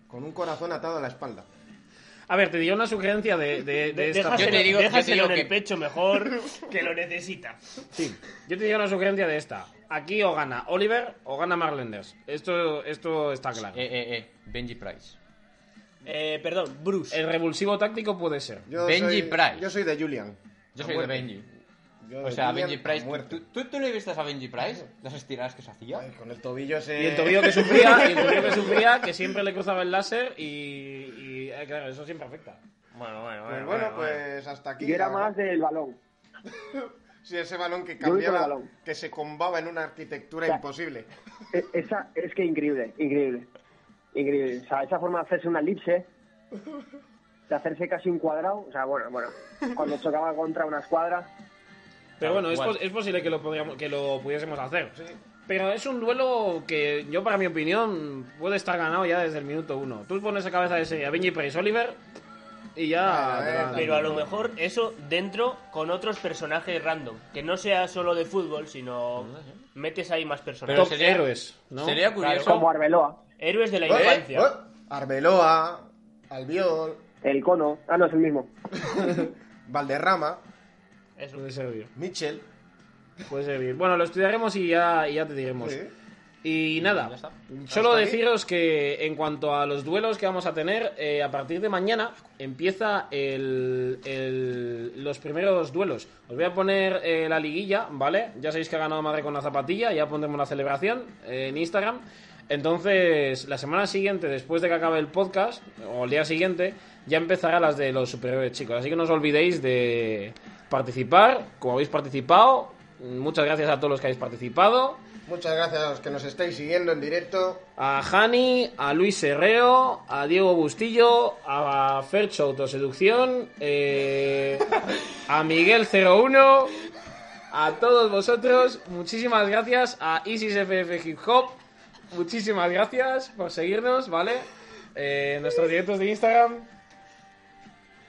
S4: Con un corazón atado a la espalda.
S2: A ver, te diría una sugerencia de, de, de esta.
S3: déjaselo
S6: Yo te digo- yo te
S3: déjaselo
S6: digo
S3: en el
S6: que-
S3: pecho mejor, que lo necesita.
S2: Sí. Yo te diría una sugerencia de esta. Aquí o gana Oliver o gana Marlenders. Esto, esto está claro.
S6: Eh, eh, eh, Benji Price.
S3: Eh, perdón, Bruce.
S2: El revulsivo táctico puede ser.
S4: Yo
S6: Benji
S4: soy-
S6: Price.
S4: Yo soy de Julian.
S6: Yo
S4: A
S6: soy de
S4: muerte.
S6: Benji.
S4: Yo
S6: O
S4: de
S6: sea,
S4: Julian
S6: Benji
S4: a
S6: Price.
S4: muerte.
S6: ¿tú, tú, tú le viste a Benji Price? ¿Las estiradas que se
S4: Ay,
S6: hacía?
S4: con el tobillo ese.
S2: Y el tobillo que sufría, y el tobillo que sufría, que siempre le cruzaba el láser y, y, eh, claro, eso siempre afecta.
S6: Bueno, bueno,
S4: Pues bueno, pues hasta aquí.
S5: Yo era
S4: la-
S5: más del balón.
S4: Sí, ese balón que
S5: Yo voy con el
S4: cambiaba,
S5: balón.
S4: que se combaba en una arquitectura
S5: Ya.
S4: imposible.
S5: E- Esa es que increíble, increíble. Increíble. O sea, esa forma de hacerse una elipse, de hacerse casi un cuadrado, o sea, bueno, bueno, cuando chocaba contra una escuadra,
S2: Pero bueno, es,
S6: igual.
S2: pos- es posible que lo, podríamos, que lo pudiésemos hacer. Pero es un duelo que yo, para mi opinión, puede estar ganado ya desde el minuto uno. Tú pones a cabeza de serie a Benji Price Oliver y ya...
S4: Ah,
S2: te
S4: eh,
S2: dan-
S3: Pero a lo mejor eso dentro con otros personajes random. Que no sea solo de fútbol, sino metes ahí más
S6: Pero
S2: Top
S3: personajes.
S6: sería-
S2: héroes, ¿no?
S6: Sería
S3: Claro,
S6: curioso.
S5: como Arbeloa,
S3: Héroes de la
S4: ¿Eh?
S3: infancia.
S4: ¿Eh? Arbeloa, Albiol,
S5: el cono, ah, no, es el mismo.
S4: Valderrama,
S3: Eso.
S2: Puede servir,
S4: Mitchell.
S2: puede servir. Bueno, lo estudiaremos y ya, y ya te diremos.
S4: Sí.
S2: Y nada,
S6: ya está.
S2: solo
S4: Hasta aquí.
S2: deciros que en cuanto a los duelos que vamos a tener, eh, a partir de mañana empieza el, el- los primeros duelos. Os voy a poner eh, la liguilla, ¿vale? Ya sabéis que ha ganado Madre con la zapatilla, ya pondremos la celebración eh, en Instagram. Entonces, la semana siguiente, después de que acabe el podcast, o el día siguiente, ya empezará las de los superhéroes, chicos. Así que no os olvidéis de participar, como habéis participado. Muchas gracias a todos los que habéis participado
S4: Muchas gracias a los que nos estáis siguiendo en directo.
S2: a Jani, a Luis Herreo, a Diego Bustillo, a Fercho Autoseducción, eh, a Miguel01, a todos vosotros, muchísimas gracias, a IsisFF Hip Hop, muchísimas gracias por seguirnos, ¿vale? Eh, nuestros directos de Instagram.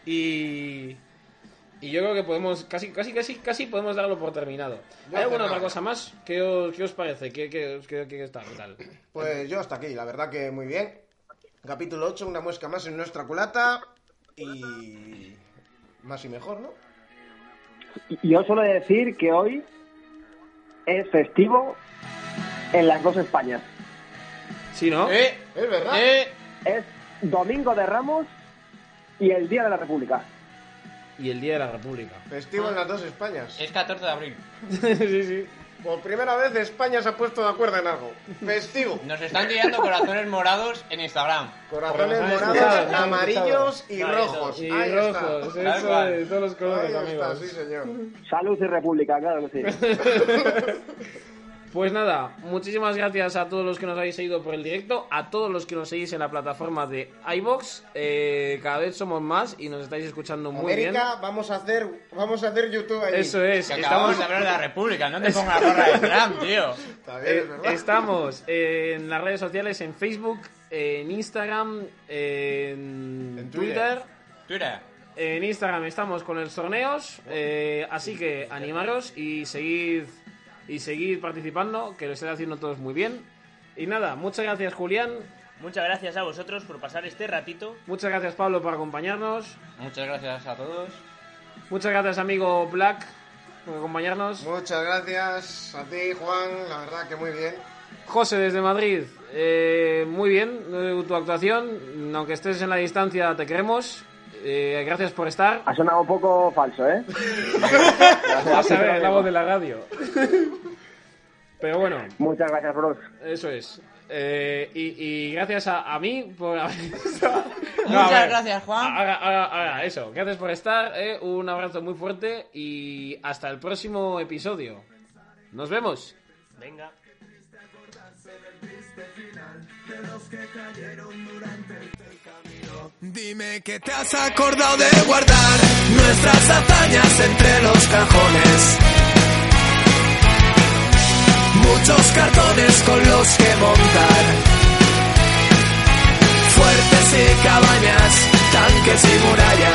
S2: Y. Y yo creo que podemos. Casi, casi, casi, casi podemos darlo por terminado.
S4: Ya
S2: ¿Hay alguna
S4: cerrado.
S2: otra cosa más? ¿Qué os, qué os parece? ¿Qué, qué, qué- qué está? ¿Qué tal?
S4: Pues yo hasta aquí, la verdad que muy bien. Capítulo 8, una muesca más en nuestra culata. Y. Más y mejor, ¿no?
S5: Y- y Yo suelo decir que hoy es festivo en las dos Españas.
S2: Sí, ¿no?
S6: Eh,
S4: Es verdad.
S6: eh,
S5: Es Domingo de Ramos y el Día de la República.
S2: Y el Día de la República. [laughs]
S4: Festivo en las dos Españas.
S6: Es 14 de abril.
S2: sí, sí.
S4: Por primera vez España se ha puesto de acuerdo en algo. Festivo.
S6: Nos están tirando corazones morados en Instagram.
S4: Corazones
S2: Corazones
S4: morados,
S2: morados,
S4: amarillos y
S3: Claro,
S4: rojos.
S2: Y
S4: Ahí
S2: rojos,
S4: está.
S2: eso
S6: cual.
S2: de todos los colores,
S4: Ahí está,
S2: amigos.
S4: sí señor.
S5: Salud y República, claro que sí.
S2: Pues nada, muchísimas gracias a todos los que nos habéis seguido por el directo, a todos los que nos seguís en la plataforma de iBox. cada vez somos más y nos estáis escuchando muy
S4: América, vamos a hacer, vamos a hacer YouTube ahí.
S2: bien. Eso es,
S6: Que acabamos
S2: estamos,
S6: de hablar de la República, no te pongas la gorra de Trump, tío.
S4: Está bien, es
S2: eh,
S4: verdad.
S2: estamos en las redes sociales, en Facebook, en Instagram, en,
S4: En
S2: Twitter.
S4: Twitter.
S6: Twitter.
S2: En Instagram estamos con los torneos, eh, así que animaros y seguid y seguid participando, que lo estáis haciendo todos muy bien. Y nada, muchas gracias Julián,
S3: Muchas gracias a vosotros por pasar este ratito.
S2: muchas gracias Pablo por acompañarnos,
S6: Muchas gracias a todos.
S2: muchas gracias amigo Black por acompañarnos,
S4: Muchas gracias a ti, Juan. La verdad que muy bien.
S2: José desde Madrid, eh, muy bien eh, tu actuación, aunque estés en la distancia te queremos, Eh, gracias por estar.
S5: Ha sonado un poco falso, ¿eh?
S2: A saber, la voz de la radio. [laughs] Pero bueno.
S5: Muchas gracias, bros.
S2: Eso es. Eh, y, y gracias a, a mí por haber [laughs] estado.
S6: Muchas
S2: a ver.
S6: gracias, Juan.
S2: Ahora, ahora, ahora, eso. Gracias por estar. eh. Un abrazo muy fuerte y hasta el próximo episodio. Nos vemos.
S3: Venga.
S9: Dime que te has acordado de guardar nuestras hazañas entre los cajones. Muchos cartones con los que montar. Fuertes y cabañas, tanques y murallas.